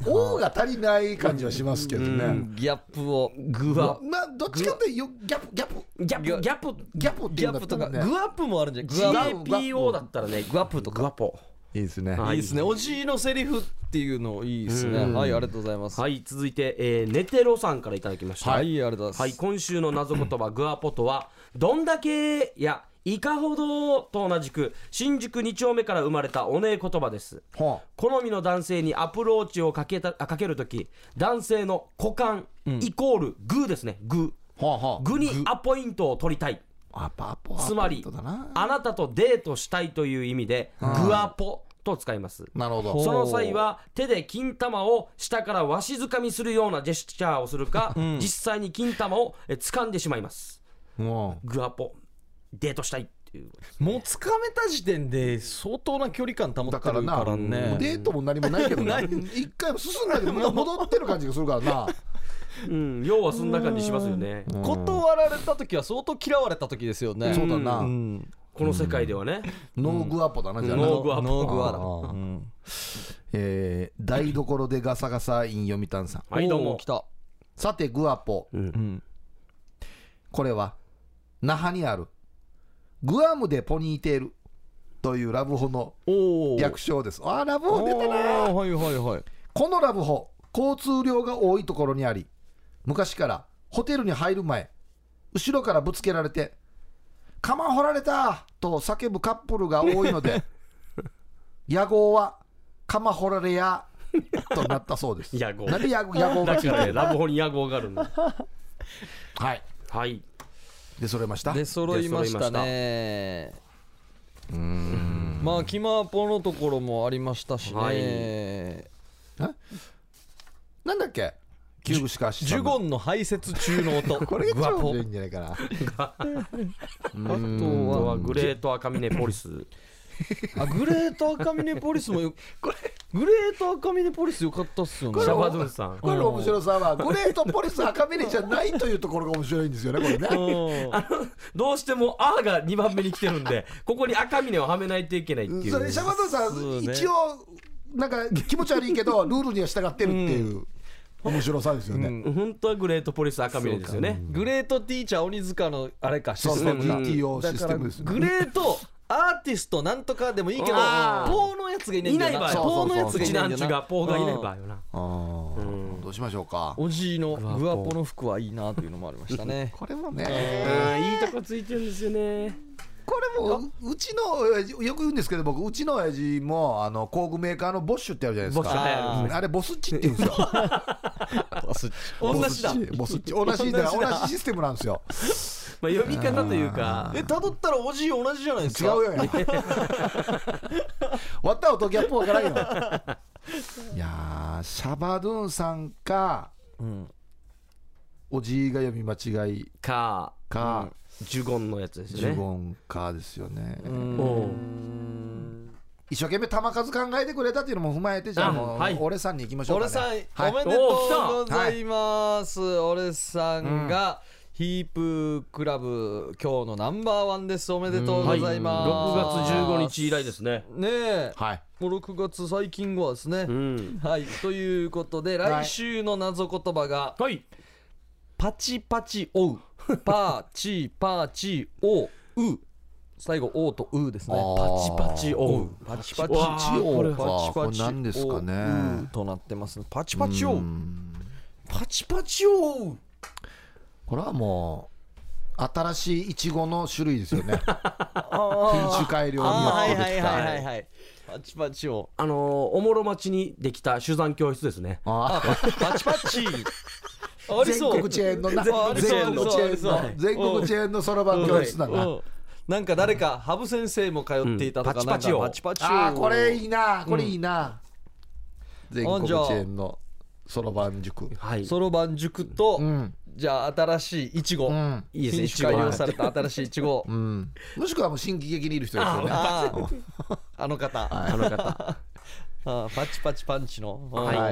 S4: 王が足りない感じはしますけどね
S2: ギャップをグア
S4: まあどっちかっていうとギャップギャップ
S3: ギャップギャップ
S4: ギャップって
S2: ギ
S4: い
S2: ャ
S4: うんだ
S2: ッ
S4: っ
S2: プ
S4: た
S2: と
S4: ら
S2: か
S4: ね
S2: グアップもあるんじゃんグアッ
S3: GAPO だったらね
S2: グアップとか
S3: グアポ
S4: いいですね
S2: プ
S3: はい
S2: いですねおじいのセリフっていうのいいですねはいありがとうございます
S3: はい続いて、えー、ネテロさんからいただきました
S2: はいありがとうござ
S3: はいい、
S2: ます
S3: 今週の謎言葉グアポとは「どんだけ」や「いかほど」と同じく新宿2丁目から生まれたおねえ言葉です
S4: は
S3: 好みの男性にアプローチをかけたあかけるとき男性の股間イコールグーですねグ
S4: あ、はあは
S3: ーグにアポイントを取りたい
S4: あ、あパポ
S3: つまり
S4: だな
S3: あなたとデートしたいという意味でグアポと使います
S4: なるほ
S2: ほ
S4: ど
S3: その際は手で金玉を下からわしづかみするようなジェスチャーをするか、実際に金玉をえ掴んでしまいます
S4: うん
S3: グアポデートしたいっていう
S2: もうつかめた時点で相当な距離感保っ
S4: だ
S2: て
S4: から
S2: る
S4: な
S2: から
S4: もう
S2: ね
S4: デートも何もないけど な一回も進んだけどまた戻ってる感じがするからな
S3: うん要はそんな感じしますよね
S2: 断られた時は相当嫌われた時ですよね
S4: そうだな、
S2: うん
S3: この世界ではね
S4: ノーグアポだなじゃあな、
S3: ノーグアポ
S2: ノーグアだ
S4: あー
S2: うん
S4: えー台所でガサガサイン読谷さん
S3: はいどう
S2: おー
S3: も
S2: 来た
S4: さてグアポ
S2: うん
S4: これは那覇にあるグアムでポニーテールというラブホの
S2: おお
S4: 略称ですあーラブホ出たな
S2: あーはいはいはい
S4: このラブホ交通量が多いところにあり昔からホテルに入る前後ろからぶつけられて「釜掘られた!」と叫ぶカップルが多いので野号は「釜掘られや」となったそうです
S3: 野号
S4: なんで野号野号が
S3: だからねラブホに野望があるんだ
S4: はい
S3: はい
S4: でそれました
S2: 出揃いましたねまあキマポのところもありましたしね、
S3: はい
S4: なんだっけキューブしかし
S2: ジュゴンの排泄中の音
S4: これが
S2: グア
S4: 一番面
S2: ポ
S4: 白いんじゃないかな
S2: あと
S3: あと
S2: は
S3: はグレート赤峰ポリス
S2: あグレート赤峰ポリスもよ これグレート赤峰ポリスよかったっすよね
S3: シャバドゥンさん
S4: これの面白さはグレートポリス赤峰じゃないというところが面白いんですよねこれね
S2: うん
S3: どうしても「あ」が2番目に来てるんでここに赤峰をはめないといけないっていう
S4: それシャバトさ、
S2: そうんね
S4: 一応なんか気持ち悪いけどルールには従ってるっていう面白さですよね、
S3: 本当はグレートポリス赤峰ですよね
S2: グレートティーチャー鬼塚のあれかシ
S4: そう
S2: ス
S4: そ
S2: テ
S4: う
S2: ムが
S4: GTO
S2: だ
S4: シ
S2: か
S4: ステ
S2: ら
S4: ムですよ
S2: グレートアーティストなんとかでもいいけど
S3: あー
S2: ポーのやつがいないんだよ
S3: いない場合
S2: ポーのやつ
S3: う
S2: がい
S3: ち
S2: ない
S3: なん
S2: だ
S3: ん
S2: よ
S3: ちゅ
S2: な
S3: がポーがいない
S2: うん
S3: 場合よな
S4: あーどうしましょうか
S2: おじいのグアポの服はいいなというのもありましたね。
S4: これもね
S3: うんいいとこついてるんですよね
S4: これもううちの親父よく言うんですけど僕うちの親父もあの工具メーカーのボッシュってあるじゃないです
S3: ボッシュ
S4: か
S3: はいありますね
S4: あれボスッチって言うんですよ
S3: 同じだ、ま
S4: ボスッチ同じだ同じシステムなんですよ
S3: あ、呼び方というか
S2: え辿ったらおじい同じじゃないです
S4: 違う
S2: か
S4: よや割った音ギャップわからんよいやーシャバドゥンさんか
S2: うん
S4: おじいが読み間違い
S3: か
S4: か、
S3: ジュゴンのやつです
S4: ジュ
S3: よね
S4: ゴンかですよね、
S2: うん
S3: おう
S4: 一生懸命球数考えてくれたっていうのも踏まえてじゃあもう、
S3: あはい
S4: 俺さんに行きましょう
S2: 俺
S4: か、ね、
S2: さん、
S4: はい
S2: おめでとうございます、俺さんが、ヒープークラブ今日のナンバーワンですおめでとうございます、
S3: 6月15日以来ですね
S2: ねえ
S4: はい
S2: もう6月最近後はですね、
S3: うん
S2: はいということで来週の謎言葉が、
S3: はい
S2: パチパチオウパーチーパーチーオウウ最後オウとウですね
S4: あー
S3: パチパチオウ
S2: パチパチ
S3: うわー
S4: これ
S2: パチパ
S4: これ
S2: チ
S4: 何ですかね
S2: オウとなってますねパチパチオウ
S4: うん
S2: パチパチオウ
S4: これはもう新しいイチゴの種類ですよね品種改良によ
S2: あ
S4: っ
S2: ー
S4: て
S2: は
S4: で
S2: いはいは
S4: き
S2: いはい
S4: た
S2: はいパチパチを
S3: あのーおもろ町にできた手山教室ですね
S4: あー
S2: パチパチあり
S4: 全
S2: そう
S4: 国チェーンのな
S2: あありそう
S4: 全国チェーン
S2: ありそう
S4: の全国チェーンのそろばん教室だな
S2: うんなんか誰か羽生先生も通っていたとか
S3: うんパチパチ
S2: なん
S3: を
S2: かパチパチを
S4: ああこれいいなこれいいな、全国チェーンのそろばん塾
S3: はい
S2: そろばん塾と
S4: うん
S2: じゃあ新しいいちご
S4: うん
S3: いいですね
S2: 品種改良された新しいいちご
S4: うんもしくはもう新喜劇にいる人ですよね
S2: あ ーあの方あ
S3: あの方
S2: ーパチパチパンチの
S4: い
S2: は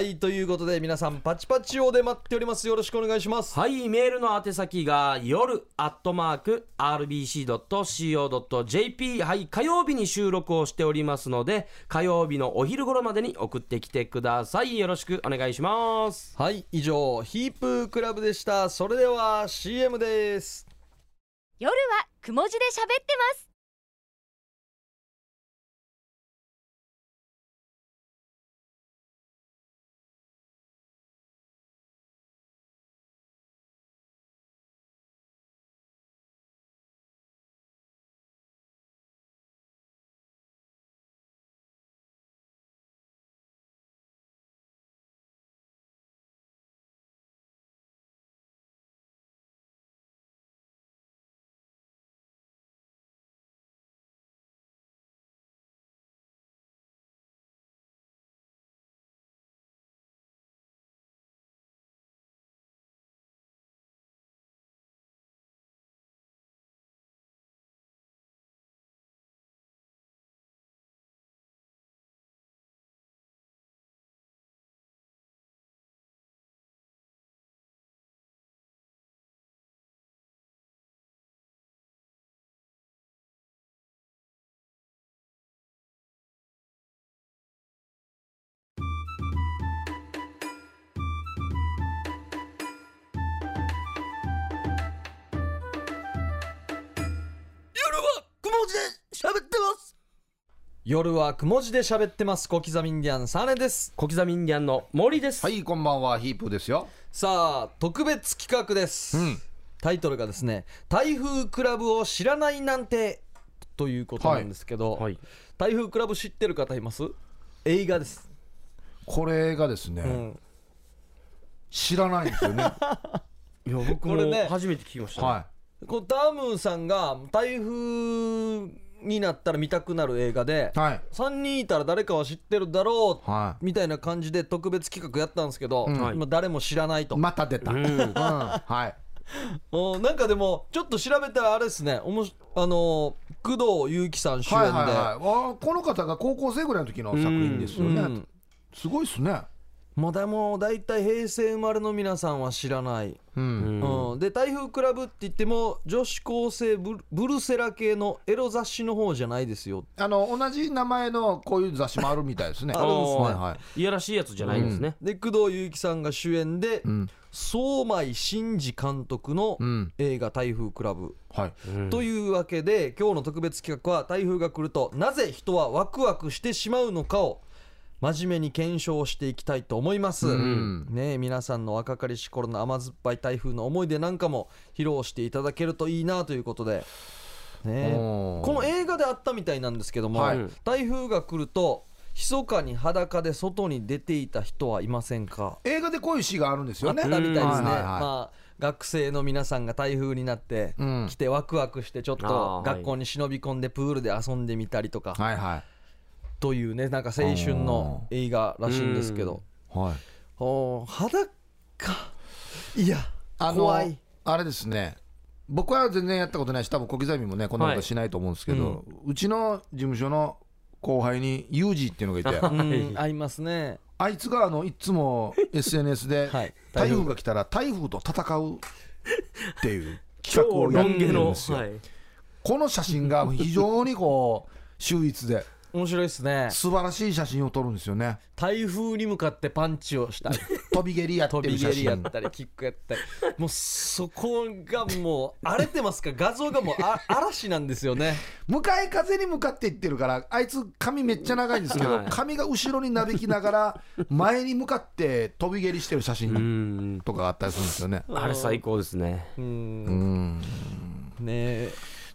S2: いはいということで皆さんパチパチをで待っておりますよろしくお願いします
S3: はい、メールの宛先が夜アットマーク RBC.CO.JP はい、火曜日に収録をしておりますので火曜日のお昼頃までに送ってきてくださいよろしくお願いします
S2: はい以上ヒープークラブでしたそれでは CM です
S5: 夜はくも字で喋ってます
S2: 夜はくも字で喋ってます小刻みインディアンサネです
S3: 小刻みインディアンの森です
S4: はいこんばんはヒープーですよ
S2: さあ特別企画です、
S4: うん
S2: タイトルがですね「台風クラブを知らないなんて」ということなんですけど、
S3: はい
S2: 台風クラブ知ってる方います映画です、
S4: これがですね、
S2: うん、
S4: 知らないんですよね
S3: いや僕
S2: これね
S3: も初めて聞きました、
S4: は
S2: こうダムーさんが台風になったら見たくなる映画で、
S4: いはい
S2: 3人いたら誰かは知ってるだろう
S4: はい
S2: みたいな感じで特別企画やったんですけど、
S4: ん
S2: 今誰も知らないと、
S4: また出た、うんはい
S2: うんなんかでもちょっと調べたらあれですねおもしあのー工藤祐樹さん主演
S4: はいは
S2: で、
S4: いはいあーこの方が高校生ぐらいの時の作品ですよね、
S2: うん
S4: すごいっすね
S2: まあでも大体平成生まれの皆さんは知らない、
S4: うん、
S3: うん
S2: うん、で台風クラブって言っても女子高生ブルブルセラ系のエロ雑誌の方じゃないですよ
S4: あの同じ名前のこういう雑誌 もあるみたいですね
S2: あるんですね
S4: はいはい
S3: いやらしいやつじゃないですね、
S2: で工藤祐樹さんが主演で、
S4: ん
S2: 相米真嗣監督の
S4: うん
S2: 映画「台風クラブ」
S4: はい
S2: というわけで今日の特別企画は台風が来るとなぜ人はワクワクしてしまうのかを真面目に検証していきたいと思います、ねえ皆さんの若かりし頃の甘酸っぱい台風の思い出なんかも披露していただけるといいなということでねこの映画であったみたいなんですけども、
S4: はい
S2: 台風が来ると密かに裸で外に出ていた人はいませんか
S4: 映画でこういうシーンがあるんです
S2: あ
S4: よ
S2: っ
S4: ね
S2: たみたいですね、
S4: うんはいはいはい
S2: まあ、学生の皆さんが台風になって、
S4: うん
S2: 来てワクワクしてちょっ
S3: あ
S2: と
S3: ー
S2: 学校に忍び込んでプールで遊んでみたりとか、
S4: はいはい
S2: というねなんか青春の映画らしいんですけど、
S4: はい
S2: おー裸いや
S4: あの
S2: 怖い
S4: あれですね僕は全然やったことないし多分小刻みもねこんなことしないと思うんですけど、
S3: は
S4: うちの事務所の後輩にユージっていうのが いて
S2: うんありますね
S4: あいつがあのいつも SNS で
S2: はい
S4: 台風が来たら台風と戦うっていう企画
S3: 超
S4: をや
S3: ロ
S4: って
S3: ン毛
S4: るん
S3: の、
S4: ですよ、
S3: はい、
S4: この写真が非常にこう秀逸で
S2: 面白いですね
S4: 素晴らしい写真を撮るんですよね
S2: 台風に向かってパンチをしたり
S4: 飛び蹴りやって
S2: 飛
S4: る
S2: び
S4: 写
S2: 蹴りやっ
S4: 真
S2: たりキックやったりもうそこがもう荒れてますから画像がもうあ嵐なんですよね
S4: 向かい風に向かっていってるからあいつ髪めっちゃ長いんですけど、
S3: はい
S4: 髪が後ろになびきながら前に向かって飛び蹴りしてる写
S3: う
S4: 真
S3: ん
S4: とかがあったりするんですよね。
S3: あれ最高ですね
S2: うん
S4: うん
S2: ね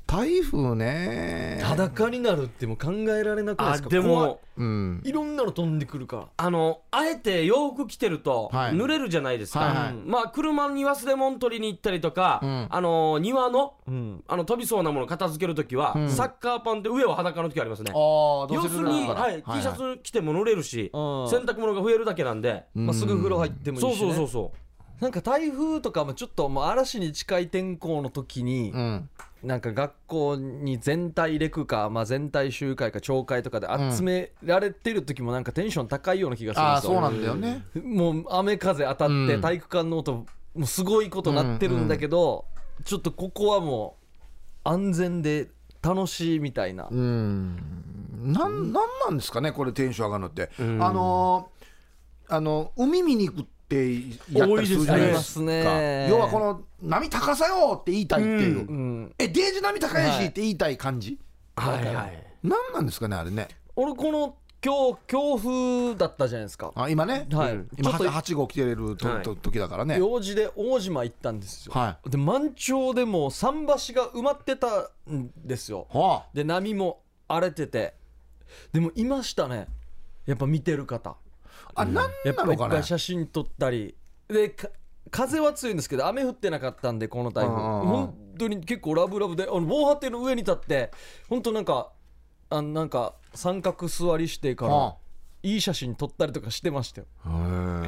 S4: 台風
S2: え
S4: ね、
S2: 裸になるってもう考えられなくないで
S3: あ
S2: すか
S3: で
S2: 怖い
S3: も
S4: うん、
S2: いろんなの飛んでくるから
S3: あのあえて洋服着てると
S4: はい
S3: 濡れるじゃないですか、
S4: はいはい
S3: まあ車に忘れ物取りに行ったりとか、
S4: うん
S3: あの庭の
S2: うん
S3: あの飛びそうなもの片付けるときは、
S4: うん
S3: サッカーパンで上は裸の時ありますね
S4: あーど
S3: 要
S4: う
S3: す
S4: せ濡
S3: る
S4: れる
S3: に、
S4: から
S3: はい、T シャツ着ても濡れるし、
S2: うん
S3: 洗濯物が増えるだけなんで、
S2: まあ、すぐ風呂入ってもいい
S3: そ
S2: うし、ね、
S3: そうそうそ
S2: なんか台風とかもちょっともう嵐に近い天候の時に、
S4: うん
S2: なんか学校に全体レクか、まあ、全体集会か町会とかで集められてる時もなんかテンション高いような気がするん
S4: あ
S2: で
S4: あ
S2: す
S4: そ
S2: よ、
S4: うなんだよね、
S2: もう雨風当たって
S4: うん
S2: 体育館の音もうすごいことなってるんだけど、ちょっとここはもう安全で楽しいみたいな、
S4: うん、なんなんなんですかねこれテンション上がるのって、
S3: ん
S4: あのーあの海見に行くってやったりするじゃないです
S2: 多
S4: か
S2: いですね
S4: 要はこの波高さよって言いたいっていう、
S2: うん、
S4: えデージ波高いしって言いたい感じ、
S3: うはいはい
S4: なんなんですかねあれね
S2: 俺この今日強風だったじゃないですか、
S4: あ今ね、
S2: はい、
S3: うん
S4: 今
S2: ちょっと
S4: 8号来てると、
S3: はい
S4: と時だからね
S2: 用事で大島行ったんですよ、
S4: は
S2: で満潮でもう桟橋が埋まってたんですよ
S4: いは
S2: で波も荒れててでもいましたねやっぱ見てる方
S4: ああ、なん
S2: やっ
S4: な
S2: ぱい
S4: の
S2: っ
S4: か
S2: ぱ
S4: ね
S2: い写真撮ったりでか風は強いんですけど雨降ってなかったんでこの台風
S4: うんうんうん
S2: 本当に結構ラブラブであの防波堤の上に立って本当なんかあなんか三角座りしてか
S4: は
S2: らいい写真撮ったりとかしてましたよ
S4: あ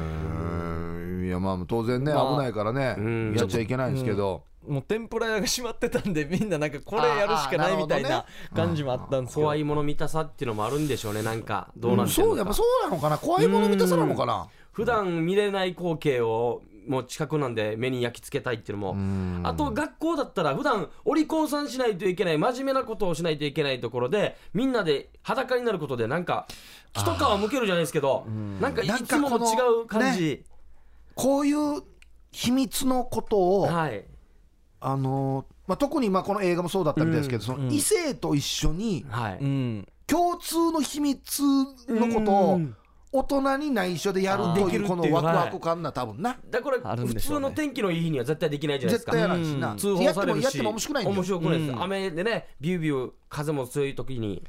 S4: へえいやまあ当然ね、
S2: まあ
S4: 危ないからね、
S3: うん
S4: やっちゃいけないんですけど、
S2: もう天ぷら屋が閉まってたんでみんななんかこれやるしかないみたい
S4: あーあーなる
S2: な感じもあったんですけど
S3: 怖いもの見たさっていうのもあるんでしょうねなんかどう
S4: う
S3: なんんてる
S4: そ
S3: の
S4: うやっ
S3: か、
S4: ぱそうなのかな怖いもの見たさなのかな
S3: 普段見れない光景をもう近くなんで目に焼き付けたいっていうのもあと学校だったら普段お利口さんしないといけない真面目なことをしないといけないところでみんなで裸になることでなんか一皮むけるじゃないですけどなんかいつもと違う感じ、
S4: こういう秘密のことを、
S3: はい
S4: あのーまあ、特にまあこの映画もそうだったみたいですけど、その異性と一緒に
S3: はい、
S2: うん
S4: 共通の秘密のことを大人に内緒でやるというこのワクワク感な多分な
S3: だから
S2: あるん
S3: 普
S2: でしょ
S3: 通
S2: うね
S3: の天気のいい日には絶対できないじゃないで
S4: 絶
S3: すか
S4: 対やらんしな、
S2: うん
S3: 通報されるし
S4: やってもやっても面白くないんだよ
S3: 面白くないです、
S2: うん
S3: 雨でねビュービュー風も強い時に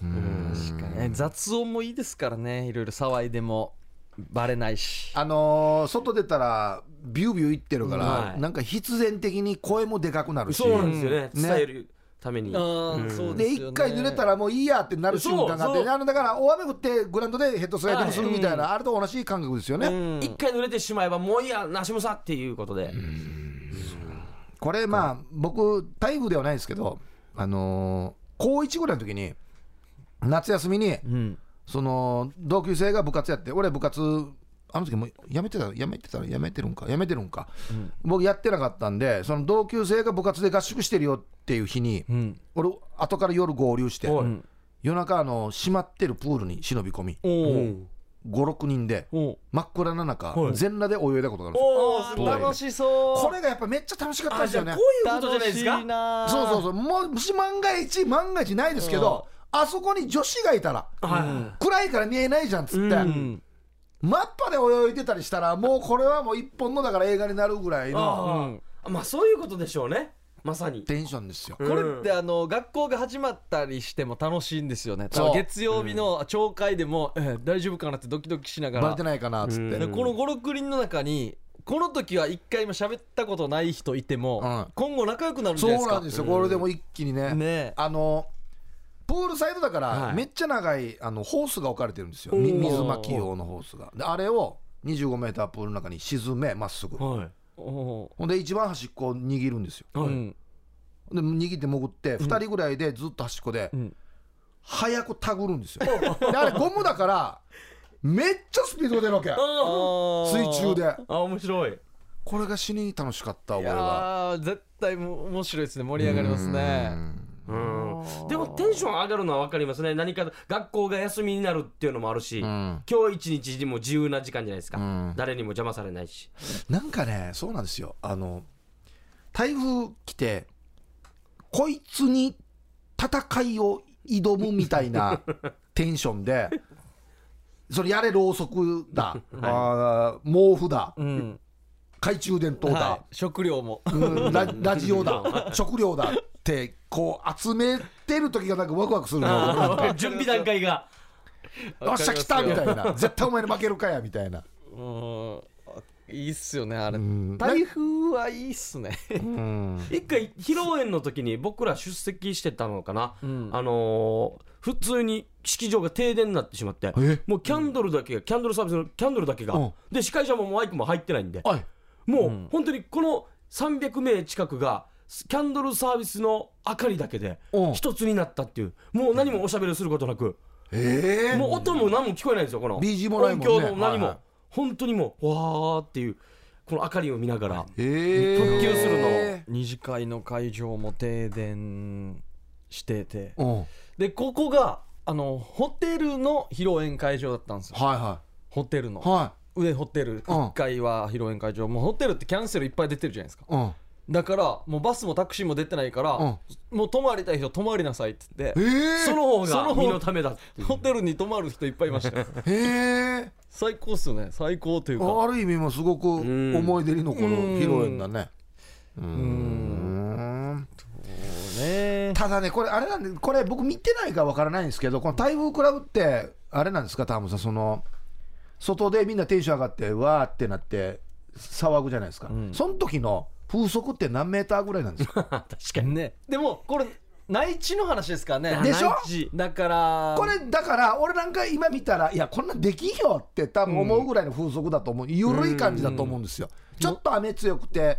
S2: 確かにね雑音もいいですからねいろいろ騒いでもバレないし
S4: あのー外出たらビュービューいってるから、
S3: はい
S4: なんか必然的に声もでかくなるし
S3: そうなんですよね、
S4: うんね
S3: 伝えるために、
S2: あー
S3: うん
S2: そう
S4: で
S2: ですよね
S4: 一回濡れたらもういいやってなる瞬間があっ
S3: そう
S4: て
S3: そう
S4: あのだから大雨降ってグラウンドでヘッドスライディングするみたいな、あれと同じ感覚ですよね、
S2: うん
S3: 一回濡れてしまえばもういいやなしむさっていうことで、
S4: これまあ僕台風ではないですけどあのー高1ぐらいの時に夏休みに
S2: うん
S4: その同級生が部活やって俺部活あの時もうやめてたやめてたらやめてるんかやめてるんか、僕やってなかったんでその同級生が部活で合宿してるよっていう日に、
S2: うん
S4: 俺後から夜合流して、
S3: はい
S4: 夜中あの閉まってるプールに忍び込み
S2: おー
S4: 56人で
S2: おー
S4: 真っ暗な中、
S3: はい
S4: 全裸で泳いだことがあるんですよ
S3: お
S2: あ
S3: ーす
S2: ー
S3: ごい
S2: 楽しそう
S4: これがやっぱめっちゃ楽しかったん
S3: あ
S4: です
S3: じゃ
S4: よ
S3: あこ
S4: ね
S3: ういうことじゃないです
S2: 楽しい
S3: か
S2: な
S4: そうそうそうもうもし万が一万が一ないですけど、あそこに女子がいたら
S3: は
S4: 暗いから見えないじゃんっつって、
S2: うん
S4: マッパで泳いでたりしたらもうこれはもう一本のだから映画になるぐらい
S3: い
S4: の
S3: あーまあそういうことでしょうねまさに
S4: テンションですよ
S3: うん
S2: これってあの学校が始まったりしても楽しいんですよね
S4: そう
S2: 月曜日の朝会でも、えー大丈夫かなってドキドキしなが
S4: バレ
S2: ら
S4: てないかなっつって、
S3: う
S2: で
S3: ん
S2: この56人の中にこの時は一回も喋ったことない人いても、
S4: うん
S2: 今後仲良くなるんじゃないで
S4: そ
S2: す
S4: う
S2: か
S4: なんですよこれでも一気にね、
S2: ねえ
S4: あのプールサイドだから、
S3: はい
S4: めっちゃ長いあのホースが置かれてるんですよ
S3: おー
S4: み水まき用のホースがであれを 25m プールの中に沈めまっすぐほ
S3: は
S2: お
S4: んで一番端っこを握るんですよ
S3: い
S2: ー
S3: は
S2: う
S3: い
S2: ん
S4: で握って潜って2人ぐらいでずっと端っこで、
S2: うん
S4: 早くたぐるんですよであれゴムだからめっちゃスピード出るわけ
S3: あ
S4: 水中で
S3: ーあ面白い
S4: これが死に楽しかった
S2: い
S4: 俺
S2: や
S4: は
S2: ー絶対も面白いですね盛り上がります
S4: う
S2: ね
S4: ん
S3: うんでもテンション上がるのは分かりますね何か学校が休みになるっていうのもあるし、
S4: うん
S3: 今日一日でも自由な時間じゃないですか、
S4: うん
S3: 誰にも邪魔されないし
S4: なんかね、そうなんですよ。あの、台風来て、こいつに戦いを挑むみたい なテンションで、それやれろうそくだ、あー毛布だ、
S2: うん、
S4: 懐中電灯だ、
S2: はい、食料も
S4: うんララジオだ、食料だって、こう集めてる時がなんかワクワクするの。なん か
S3: 準備段階が
S4: よっしゃ来たみたいな、絶対お前に負けるかやみたいな。
S2: うんいいっすよねあれ、
S4: ん
S2: 台風はいいっすね、
S3: 一回披露宴の時に僕ら出席してたのかな、
S2: うん
S3: あのー普通に式場が停電になってしまって
S4: え
S3: もうキャンドルだけが、キャンドルサービスのキャンドルだけが、
S4: うん
S3: で司会者もマイクも入ってないんで
S4: はい
S3: もう、本当にこの300名近くがキャンドルサービスの明かりだけで
S4: うん
S3: 一つになったっていうもう何もおしゃべりすることなく、
S4: えー
S3: もう音も何も聞こえないんですよこの
S4: BG もないもんね
S3: 音響も何も、
S4: はいはい
S3: 本当にもうわーっていうこの明かりを見ながら、
S4: えー
S3: 復旧するの
S2: 二次会の会場も停電してて
S4: うん、はい
S2: でここがあのホテルの披露宴会場だったんですよ
S4: は
S2: ホテルの
S4: いは
S2: 上ホテル1階は披露宴会場もうホテルってキャンセルいっぱい出てるじゃないですか
S4: い、うん、
S2: だからもうバスもタクシーも出てないから、
S4: うん
S2: もう泊まりたい人泊まりなさいって言って
S4: えー、
S3: その方
S2: その
S3: が
S2: 方
S3: 身のためだ っていう
S2: ホテルに泊まる人いっぱいいましたよ
S4: へえ
S2: 最高っすよね最高というか
S4: あある意味もすごく
S3: ん
S4: 思い出に残る披露宴だねうん
S2: ね
S4: ただねこれあれなんでこれ僕見てないからわからないんですけどこの台風クラブってあれなんですかタムさんその外でみんなテンション上がってわーってなって騒ぐじゃないですか、その時の風速って何メーターぐらいなんですか
S2: ねでもこれ内地の話ですからね
S4: でしょ
S3: 内
S2: だから
S4: これだから俺なんか今見たらいやこんなんできんよって多分思うぐらいの風速だと思う緩い感じだと思うんですよちょっと雨強くて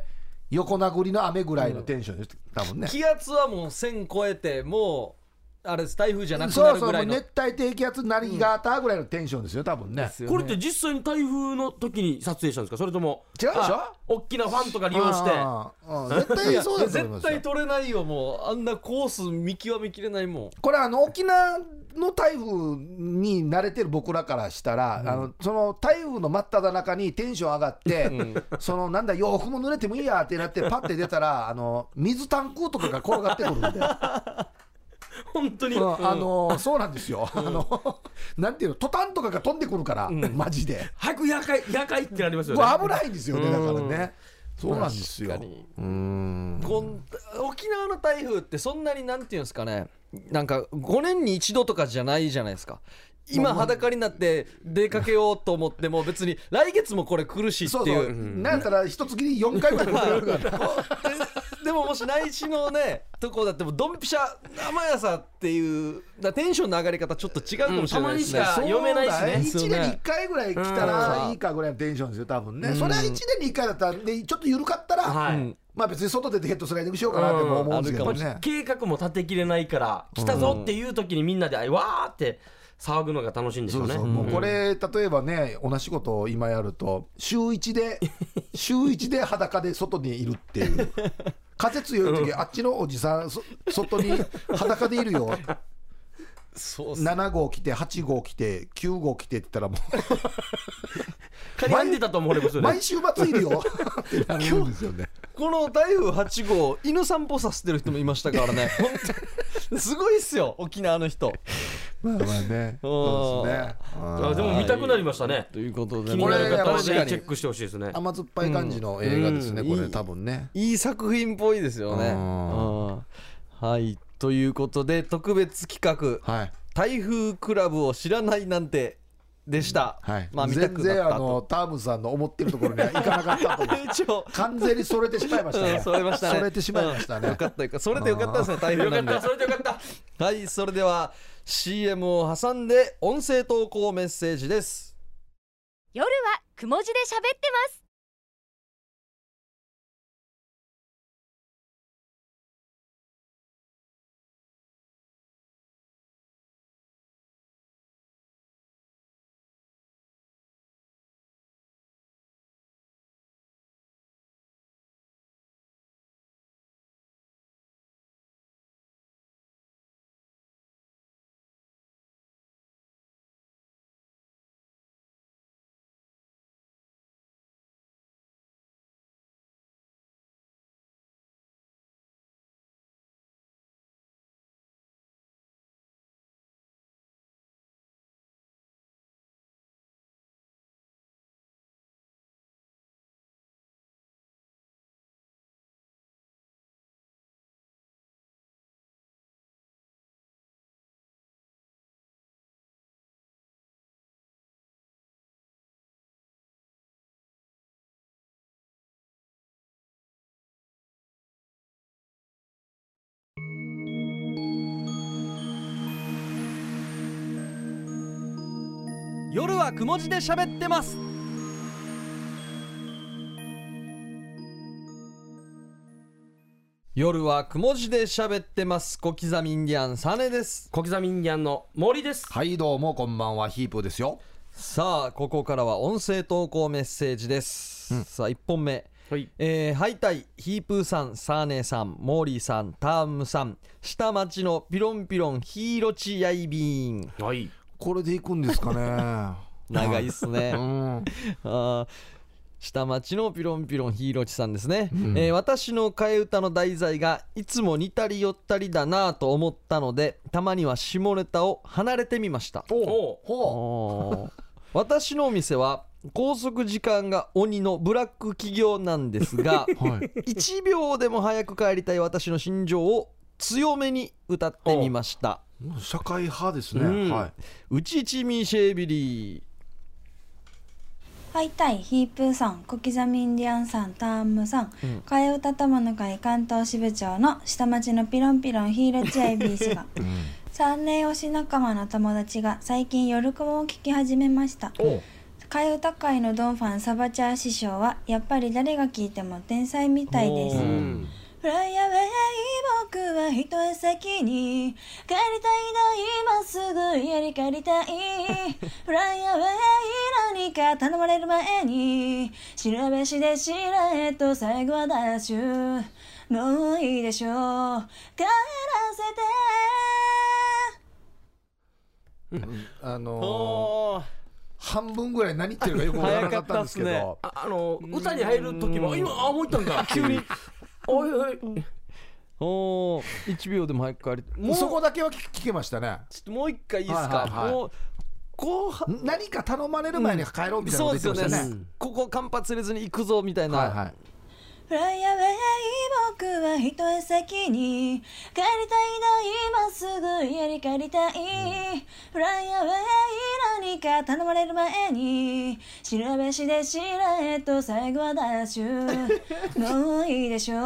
S4: 横殴りの雨ぐらいのテンションです多分ね
S2: 気圧はもう1000超えてもうあれです台風じゃなくな
S4: そう
S2: る
S4: そう
S2: ぐ
S4: も
S2: ら
S4: う
S2: いの
S4: 熱帯低気圧なりがたぐらいのテンションですよ多分ね
S2: ですよね
S3: これって実際に台風の時に撮影したんですかそれとも
S4: 違うでしょ
S3: あ大きなファンとか利用して
S4: ああうん絶対そうだと思いま
S2: 絶
S4: すよ
S2: 対取れないよもうあんなコース見極めきれないもん
S4: これあの沖縄の台風に慣れてる僕らからしたら、あのその台風の真っ只中にテンション上がって、そのなんだ洋服も濡れてもいいやってなってパッて出たらあの水タンクとかが転がってくるんで、
S3: 本当に、
S4: うんあのそうなんですよ、あのなんていうのトタンとかが飛んでくるから、マジで
S3: 早く夜会夜会ってなりますよ
S4: こ
S3: ね
S4: れ危ないんですよねだからねそうなんですよ
S2: 確かに
S4: うん
S2: こん沖縄の台風ってそんなになんていうんですかねなんか5年に一度とかじゃないじゃないですか今裸になって出かけようと思っても別に来月もこれ来るしって
S4: そう
S2: い
S4: そうう、なんやったら一月に4回ぐらい転がるから
S2: でももし内地のねとこだってもうドンピシャ生やさっていうだテンションの上がり方ちょっと違うかもしれないですね、
S3: うんたまにしか読めないしね
S4: 1年に1回ぐらい来た
S2: う
S4: ら
S2: ん
S4: いいかぐらいのテンションですよ、多分ね。それは1年に1回だったら、でちょっと緩かったら、
S3: はい、
S2: うん
S4: まあ別に外出てヘッドスライディングしようかなっても思うんですけどね。
S3: 計画も立てきれないから来たぞっていう時にみんなでわーって騒ぐのが楽しいんでし
S4: そ
S3: ょう
S4: う
S3: ね
S4: そうもうこれ、例えばね、同じことを今やると、週1で、 週1で裸で外にいるっていう、風強い時、あっちのおじさん、そ外に裸でいる よ、
S2: そうっすね
S4: 7号来て、8号来て、9号来てって言ったら、も
S3: 絡んでたと思われます
S4: う、
S3: よ
S4: 毎
S3: ね
S4: 週末い るよってなるんですよね。
S2: この台風8号犬散歩させてる人もいましたからね本当にすごいっすよ沖縄の人
S4: まあ ね。
S2: おー
S4: そうですね。
S3: あでも見たくなりましたね。
S2: ということで
S3: 気
S2: ね、
S3: になる方は
S4: これやっぱ
S3: ぜ
S4: り
S3: ひチェックしてほしいですね。
S4: 甘酸っぱい感じの映画ですね、
S2: うん
S4: こ
S2: い
S4: れ
S2: い
S4: 多分ね。
S2: いい作品っぽいですよね。
S4: う
S2: うんはいということで特別企画
S4: はい。
S2: 「台風クラブを知らないなんて」でした。
S4: はい。
S2: まあ見た
S4: 全
S2: くなっ
S4: 然
S2: た
S4: あの
S2: と。
S4: タームさんの思ってるところにはいかなかったと 思う。
S2: 一 応
S4: 完全にそれてしまいまし
S2: う
S4: たね
S2: ん。 それましたね。
S4: それてしまいましたね
S2: うんよかったよかった。それでよかった ですね。台風
S3: よか
S2: な
S3: っ
S2: んで
S3: た、。それでよかった。
S2: はい、それでは CM を挟んで音声投稿メッセージです。
S5: 夜はくも字で喋ってます
S2: 夜はくも字で喋ってます。夜はくも字で喋ってます。小刻みインディアンサネです。
S3: 小刻みインディアンの森です。
S4: はい、どうもこんばんは、ヒープーですよ。
S2: さあ、ここからは音声投稿メッセージです。さあ、1本目。
S3: はい。
S2: えー、ハイタイ、ヒープーさん、サーネーさん、モーリーさん、タームさん、下町のピロンピロン、ヒーロチヤイビーン。
S3: はい。
S4: これで行くんですか ね。
S2: 長いっすね
S4: う。ん。
S2: あー下町のピロンピロンヒーロチさんですね、えー私の替え歌の題材がいつも似たり寄ったりだなぁと思ったのでたまには下ネタを離れてみました
S3: おう
S4: ほ
S2: おー私のお店は拘束時間が鬼のブラック企業なんです が、
S4: う。はい。
S2: 1秒でも早く帰りたい私の心情を強めに歌ってみました
S4: 社会派です
S3: うん
S4: ね。はい。
S2: うちちみシェービリー
S7: はいたいヒープーさん小刻みインディアンさんターンムさん、替え歌友の会関東支部長の 下町のピロンピロンヒーロチアイビー氏が3年推し仲間の友達が最近夜雲を聞き始めました替え歌会のドンファンサバチャー師匠はやっぱり誰が聞いても天才みたいです
S3: うん
S7: フライアウェイ僕は一足先に帰りたいな今すぐ家に帰りたいフライアウェイ何か頼まれる前に調べしで知らえと最後はダッシュもういいでしょう帰らせて
S4: あのー
S2: おー
S4: 半分ぐらい何言ってるかよくわからなかったんですけ
S2: 早か
S4: ど。
S3: ああの、歌に入る時も、今、あ、もう行ったんだ。 急に。おいおい。
S2: おー1秒でも早く帰りたいもう
S4: そこだけは聞聞けましたね。
S2: ちょっともう一回いいです
S4: は
S2: か、
S4: いはいはい
S2: もう後半
S4: 何か頼まれる前に帰ろうみたいな
S2: そう
S4: こと
S2: ですよね
S4: 言ってましたね。
S2: ここ間髪入れずに行くぞみたいな、
S4: はいはい。
S7: フライアウェイ僕は一足先に帰りたいな今すぐ家に帰りたい、フライアウェイ何か頼まれる前に調べしで知らえと最後はダッシュもういいでしょう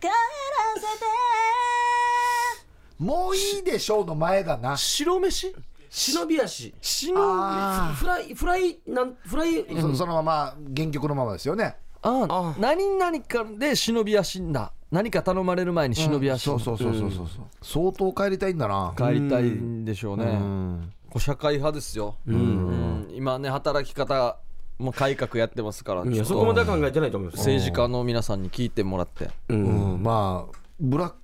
S7: 帰らせて
S4: もういいでしょうの前だな。
S2: 白飯
S3: 忍び足。
S2: 死ぬあ
S4: あ
S3: フライ、フライ、なん、フライ。
S4: あ。そそのまま原曲のままですよね。
S2: あ何々かで忍び足んだ何か頼まれる前に忍び足
S4: そうそうそうそうそうそう。相当帰りたいんだな。
S2: 帰りたいんでしょうね、
S4: うん。
S2: こう社会派ですよ、うん今ね働き方も改革やってますから
S3: い
S2: ちょ
S3: や、
S2: っ
S3: そこまで
S2: と
S3: は考えてないと思います。
S2: 政治家の皆さんに聞いてもらって
S4: うんまあブラック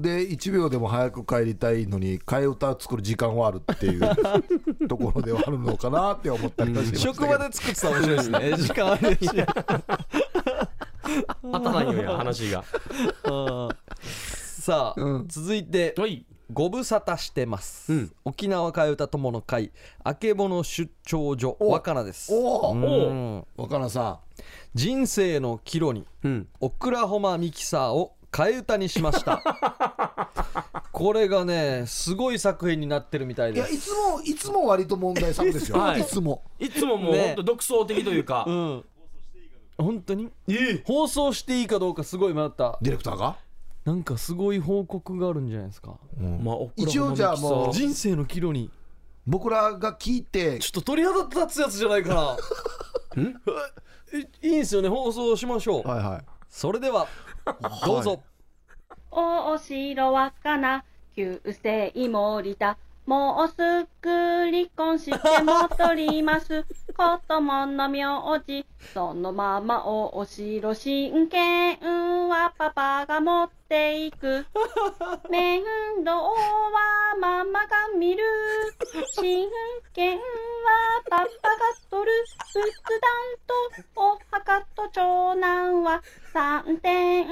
S4: で1秒でも早く帰りたいのに替え歌作る時間はあるっていうところではあるのかなって思ったりはしましたけ
S2: 職
S4: ど
S2: 場で作ってたら面白い ですねえ時間あるし
S3: 当たらんよや、話が。
S2: さあ、続いて
S3: はい。
S2: ご無沙汰してます、
S3: うん
S2: 沖縄替え歌友の会あけぼの出張所
S4: お
S2: 若菜です
S4: お
S2: うん
S4: 若菜さ
S2: 人生の岐路に
S3: うん
S2: オクラホマミキサーを替え歌にしました これがねすごい作品になってるみたい
S4: んい
S2: で
S4: や
S2: す
S4: いつもいつも割と問題作ですよ、
S3: はい
S4: い、つも
S3: いつももう
S2: ね
S3: 本当独創的というか、
S2: うん本当に放送していいかどうかすごい迷った
S4: ディレクターが、
S2: なんかすごい報告があるんじゃないですか
S3: まあオクラホマ
S4: 一応じゃあもう
S3: ミキサー
S2: 人生の岐路に
S4: 僕らが聞いて
S2: ちょっと鳥肌立つやつじゃない かなえいいんですよね放送しましょう、
S4: はいはい
S2: それではどうぞ、
S8: お城はかな旧姓森田もうすぐ離婚して戻ります。子供の名字、そのままお城親権はパパが持っていく。面倒はママが見る。親権はパパが取る。仏壇とお墓と長男は三点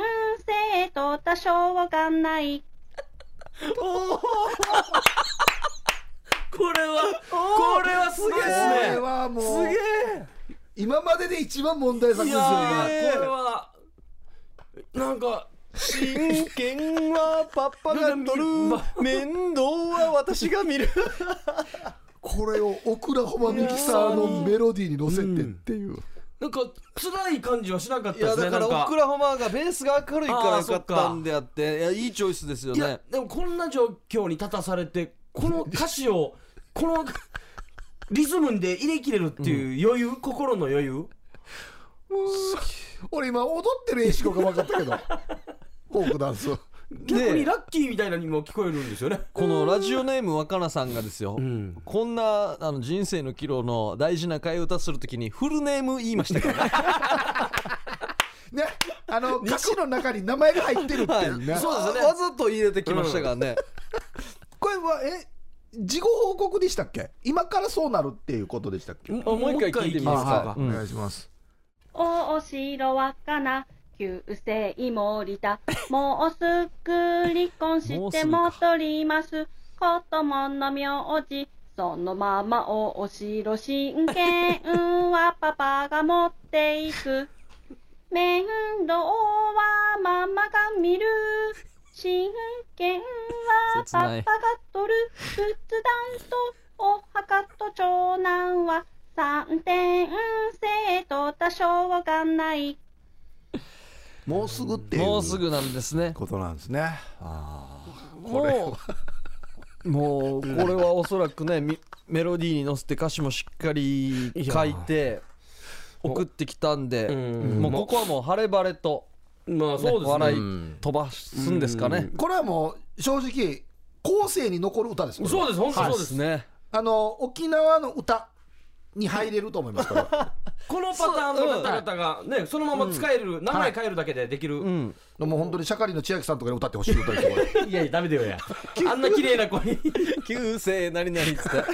S8: 生と多少がない。
S3: これはこれはすげえ
S4: こ
S3: です
S4: れ
S3: ね
S4: はもう
S3: すげえ
S4: 今までで一番問題作
S3: い
S4: です
S3: や
S4: よ今
S3: ーこれはなんか
S2: 真剣はパパが取る面倒は私が見る
S4: これをオクラホマミキサーのメロディーに乗せてっていう、
S3: なんか辛い感じはしなか
S2: い
S3: ったで
S2: や
S3: すね
S2: だから
S3: なん
S2: オクラホマがベースが明るいから
S3: あー
S2: よかったんであっていやいいチョイスですよ
S3: いや
S2: ね
S3: でもこんな状況に立たされてこの歌詞 をこのリズムで入れ切れるっていう余裕、心の余裕
S4: 俺今踊ってる英子が分かったけどフォークダンス
S3: 逆に
S2: で
S3: ラッキーみたいなにも聞こえるんですよね。
S2: このラジオネーム若菜さんがですよ、
S3: ん、
S2: こんなあの人生の岐路の大事な替え歌するときにフルネーム言いましたからね
S4: ねあの歌詞の中に名前が入ってるって
S2: はい
S4: い
S2: そうう
S4: ね、
S2: ですねわざと入れてきましたからね、
S4: これはえ事後報告でしたっけ今からそうなるっていうことでしたっけ
S3: も
S2: もう一回聞いてみ
S3: もう
S2: ますか
S3: 一回聞
S2: う
S4: お
S2: ん
S4: 願いします
S8: お城はかな旧姓森田もうすぐ離婚して戻ります子供の名字そのままお城親権はパパが持っていく面倒はママが見る親権は
S2: 切
S8: パパ
S2: ない
S8: が取る仏壇とお墓と長男は三点生と多少わかんない。
S4: もうすぐっていう
S2: もうすぐなんですね
S4: ことなんですねあ
S2: もうもうこれはおそらくねみメロディーに乗せて歌詞もしっかり書いて送ってきたんで
S3: うん
S2: もうここはもう晴れ晴れと、
S3: まあ
S2: ね
S3: そうですね。
S2: 笑い飛ばすんですかね
S4: ーこれはもう正直後世に残る歌ですこれは
S3: そうです本当にそうです。
S2: ね
S4: あの沖縄の歌に入れると思いますこれは
S3: このパターンの方々がねそのまま使える、名前変えるだけでできる。
S2: うん
S4: もう本当にシャカリの千秋さんとかに歌ってほしい歌ですよ これ
S3: いやいやダメだよや。あんな綺麗な 子に。
S2: 旧姓何々っつって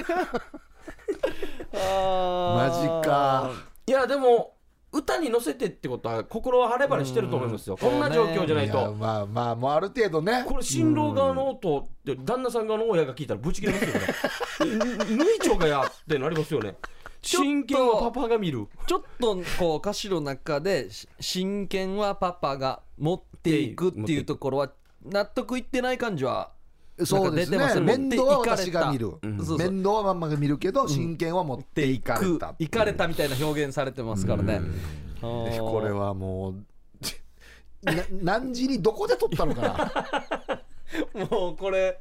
S4: マ
S2: マ
S4: ジか
S3: いやでも歌に乗せてってことは心は晴れ晴れしてると思いますよ。こんな状況じゃないい
S4: や
S3: と。
S4: まあまあもうある程度ね
S3: これ新郎側の音って旦那さん側の親が聞いたらぶち切れますよね。 ぬいちょがやってなりますよね。
S2: ちょっと
S3: 真剣はパパが見る。
S2: ちょっとこう歌詞の中でし真剣はパパが持っていくっていうところは納得いってない感じは
S4: そうですね
S2: なんか出てますね
S4: 面倒は私が見る、
S2: んそうそう
S4: 面倒はママが見るけど真剣は持っていかれたっていう
S2: 行かれたみたいな表現されてますからね
S4: ねこれはもうな何時にどこで撮ったのかな
S2: もうこれ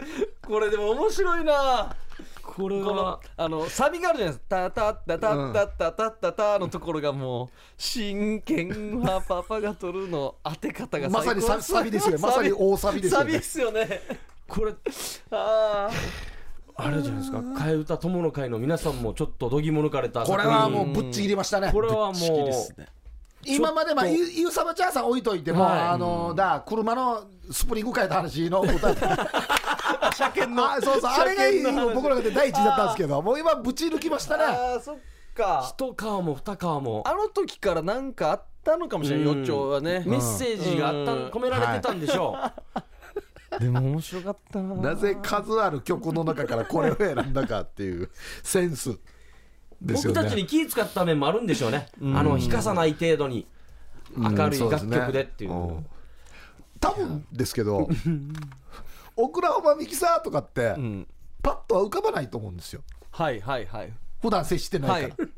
S2: これでも面白いな
S3: これ
S2: この
S3: は
S2: あのサビがあるじゃないですか「タタタタタタタタタ」のところがもう「真剣はパパが取る」の当て方が
S4: まさ
S2: 最
S4: に
S2: 高
S4: ササビですよねまさに大サビですよ
S2: サビ
S4: ね
S2: ですよね
S3: これ
S2: ああ
S3: あれじゃないですか。替え歌友の会の皆さんもちょっとどぎも抜かれた。
S4: これはもうぶっちぎりましたね
S3: これはもう。
S4: 今までまあゆゆうさばちゃんさん置いといても、
S3: はい
S4: あのだ車のスプリング変えた話の歌車検のあそうそうあれがいい僕らが第一位だったんですけどもう今ぶち抜きましたね
S2: あーそっか
S3: 一皮も二皮も
S2: あの時からなんかあったのかもしれない
S3: うん
S2: 予兆はね
S3: メッセージがあった
S2: うん
S3: 込められてたんでしょう、
S2: でも面白かったな
S4: なぜ数ある曲の中からこれを選んだかっていうセンスです よ
S3: 僕
S4: ね
S3: たちに気使った面もあるんでしょうね、
S2: ん
S3: あの引かさない程度に明るい楽曲でっていう,、
S4: ん多分ですけど「オクラホマミキサー」とかって、
S2: うん
S4: パッとは浮かばないと思うんですよ
S2: はいはいはい
S4: 普段接してな
S2: はいい
S4: から。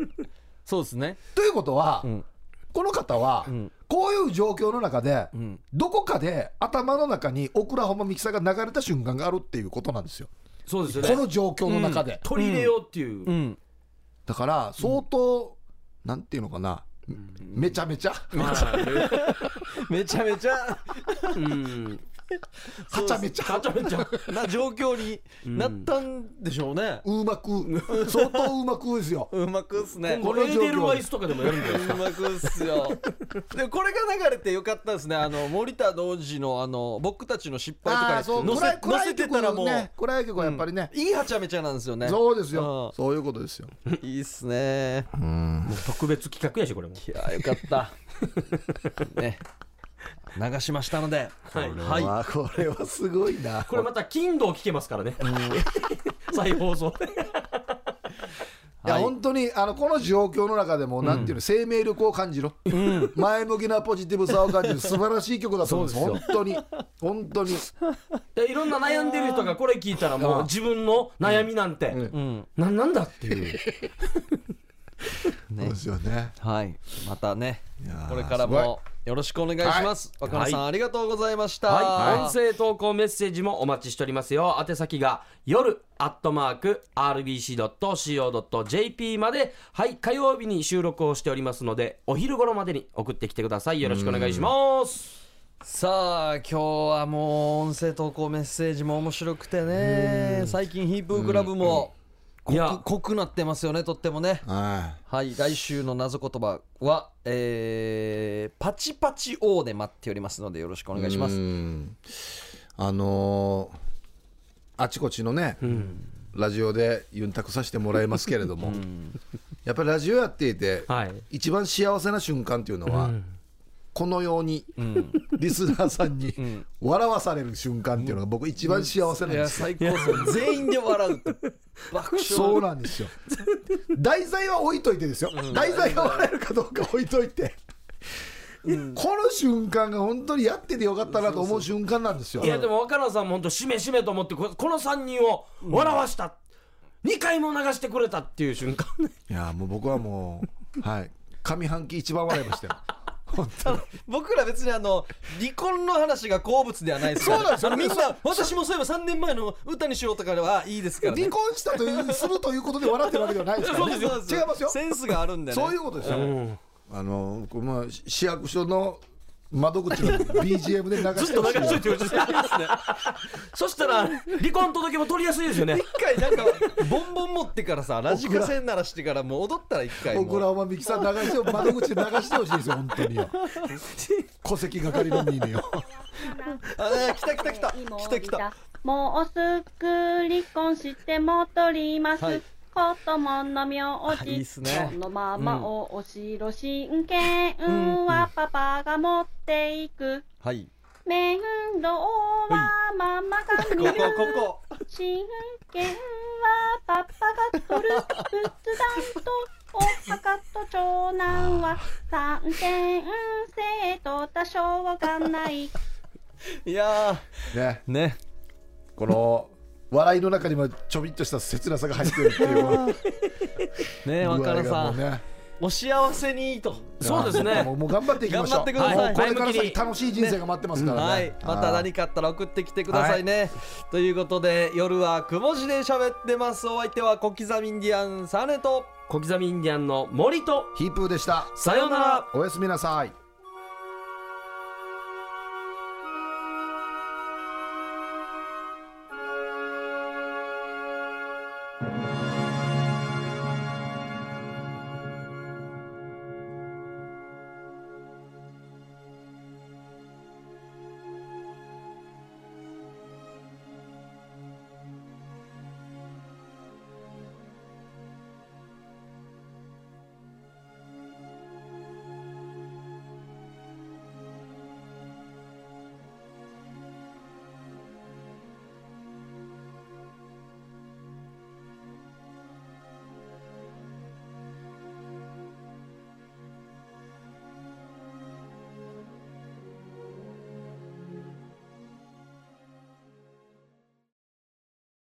S2: そうですね
S4: ということは、
S2: ん
S4: この方は、
S2: ん
S4: こういう状況の中で、
S2: ん
S4: どこかで頭の中にオクラホマミキサーが流れた瞬間があるっていうことなんですよ、
S3: そうですよ
S4: こ
S3: ね
S4: の状況の中で、
S3: 取り入れようっていう、
S2: うん
S4: だから相当、なんていうのかな、めちゃめちゃは
S2: めちゃめちゃ
S3: うん
S4: ちゃめちゃ
S3: ガチャめちゃ
S2: な状況になったんでしょうね、
S4: うまく相当うまくで すよ
S2: うまくっすね
S3: 今後
S4: この
S3: エ
S4: 状況
S3: ーデルワイスとかでもやるんじゃないで
S2: う
S3: すか
S2: まくっすよでもこれが流れてよかったですねあの森田同時のあの僕たちの失敗とか
S4: あ
S2: に
S4: あそう
S2: 乗
S4: 暗い
S2: せ乗
S4: 暗
S2: せ
S4: い
S2: て
S4: 曲
S2: たらもう、
S4: ね暗い曲はやっぱりね、
S2: いいはちゃめちゃなんですよね
S4: そうですよ、
S2: うん
S4: そういうことですよ
S2: いいっすね
S3: もう特別企画やしこれも
S2: いやよかったね流しましたので
S3: はい
S4: はい、まあこれはすごいな
S3: これまた金土聞けますからね 再放送
S4: いや、
S2: はい
S4: 本当にあのこの状況の中でも、なんていうの生命力を感じろ、前向きなポジティブさを感じる素晴らしい曲だと思うんです
S3: そうで
S4: 本当に本当に
S3: でいろんな悩んでる人がこれ聞いたらもう自分の悩みなんて、
S2: うん
S3: なん、なんだっていう
S4: そうですよね
S2: はいまたね
S4: いやー
S2: これから
S4: すごい
S2: もよろしくお願いします、若菜さん、
S3: は
S2: ありがとうございました、
S3: はい、音声投稿メッセージもお待ちしておりますよ。宛先が夜アットマーク RBC.CO.JP まで、はい、火曜日に収録をしておりますので、お昼頃までに送ってきてください。よろしくお願いします。
S2: さあ今日はもう音声投稿メッセージも面白くてね最近ヒープークラブも濃
S3: いや
S2: く濃くなってますよねとってもね
S4: は
S2: はい来週の謎言葉は、えー、パチパチ王で待っておりますのでよろしくお願い
S4: い
S2: します
S4: うんあのーあちこちのね、ラジオでユンタクさせてもらいますけれども、やっぱりラジオやっていて、
S3: はい。
S4: 一番幸せな瞬間っていうのは、このように、リスナーさんに笑わされる瞬間っていうのが僕一番幸せなん
S2: い
S4: で
S2: や
S4: すよ、
S2: 最高です全員で笑 うって爆
S4: そう
S2: 笑
S4: なんですよ題材は置いといてですよ、題材が笑えるかどうか置いといて、この瞬間が本当にやっててよかったなと思う瞬間なんですよ
S3: いや、でも若菜さんも本当、しめしめと思って、ここの3人を笑わした。2回も流してくれたっていう瞬間ね。
S4: いやもう僕はもうはい上半期一番笑いましたよ本当に
S2: 僕ら別にあの離婚の話が好物ではないですから、そうなんですみんな私もそういえば3年前の歌にしようとかはいいですからね
S4: 離婚したというするということで笑ってるわけではないですから、ね、違いますよ
S2: センスがあるんだよね
S4: そういうことですよ、あのこうまあし市役所の窓口の BGM で流し
S3: ずってと
S4: ほ
S3: 流
S4: し
S3: し
S4: い
S3: といてほしい。そしたら、離婚届も取りやすいですよね。
S2: 一回なんかボンボン持ってからさラジカセ鳴らしてからもう踊ったら一回もう
S4: 僕らはミキさん流して窓口で流してほしいですよ本当によ戸籍係のみによ
S2: あね来た来た来た来た来た
S8: もうすぐ離婚して戻ります。
S2: はい
S8: 子供の名
S2: あ
S8: 字、
S2: いいっすね
S8: そのままをお城親権はパパが持っていく。
S2: はい
S8: 面倒はママが見
S2: こ
S8: る
S2: こ。ここ
S8: 親権はパパが取る。仏壇とお墓と長男は三点制と多少がない。
S2: いや
S4: ね
S2: ーね
S4: この笑いの中にもちょびっとした切なさが入ってるっていう
S2: ね
S4: 具合
S2: 若
S4: が
S2: 菜さ
S4: もうんね
S2: お幸せにと
S3: そうですね。
S4: もうもう頑張っていきましょ
S2: 頑張っ
S4: う
S2: てください
S4: もうこれから
S3: 前向
S4: 先
S3: きに
S4: 楽しい人生が待ってますからね
S2: はいまた何かあったら送ってきてくださいね、ということで夜はくも字で喋ってますお相手は小刻みインディアンサネと
S3: 小刻みインディアンの森と、
S4: ヒープーでした
S3: さようなら。
S4: おやすみなさい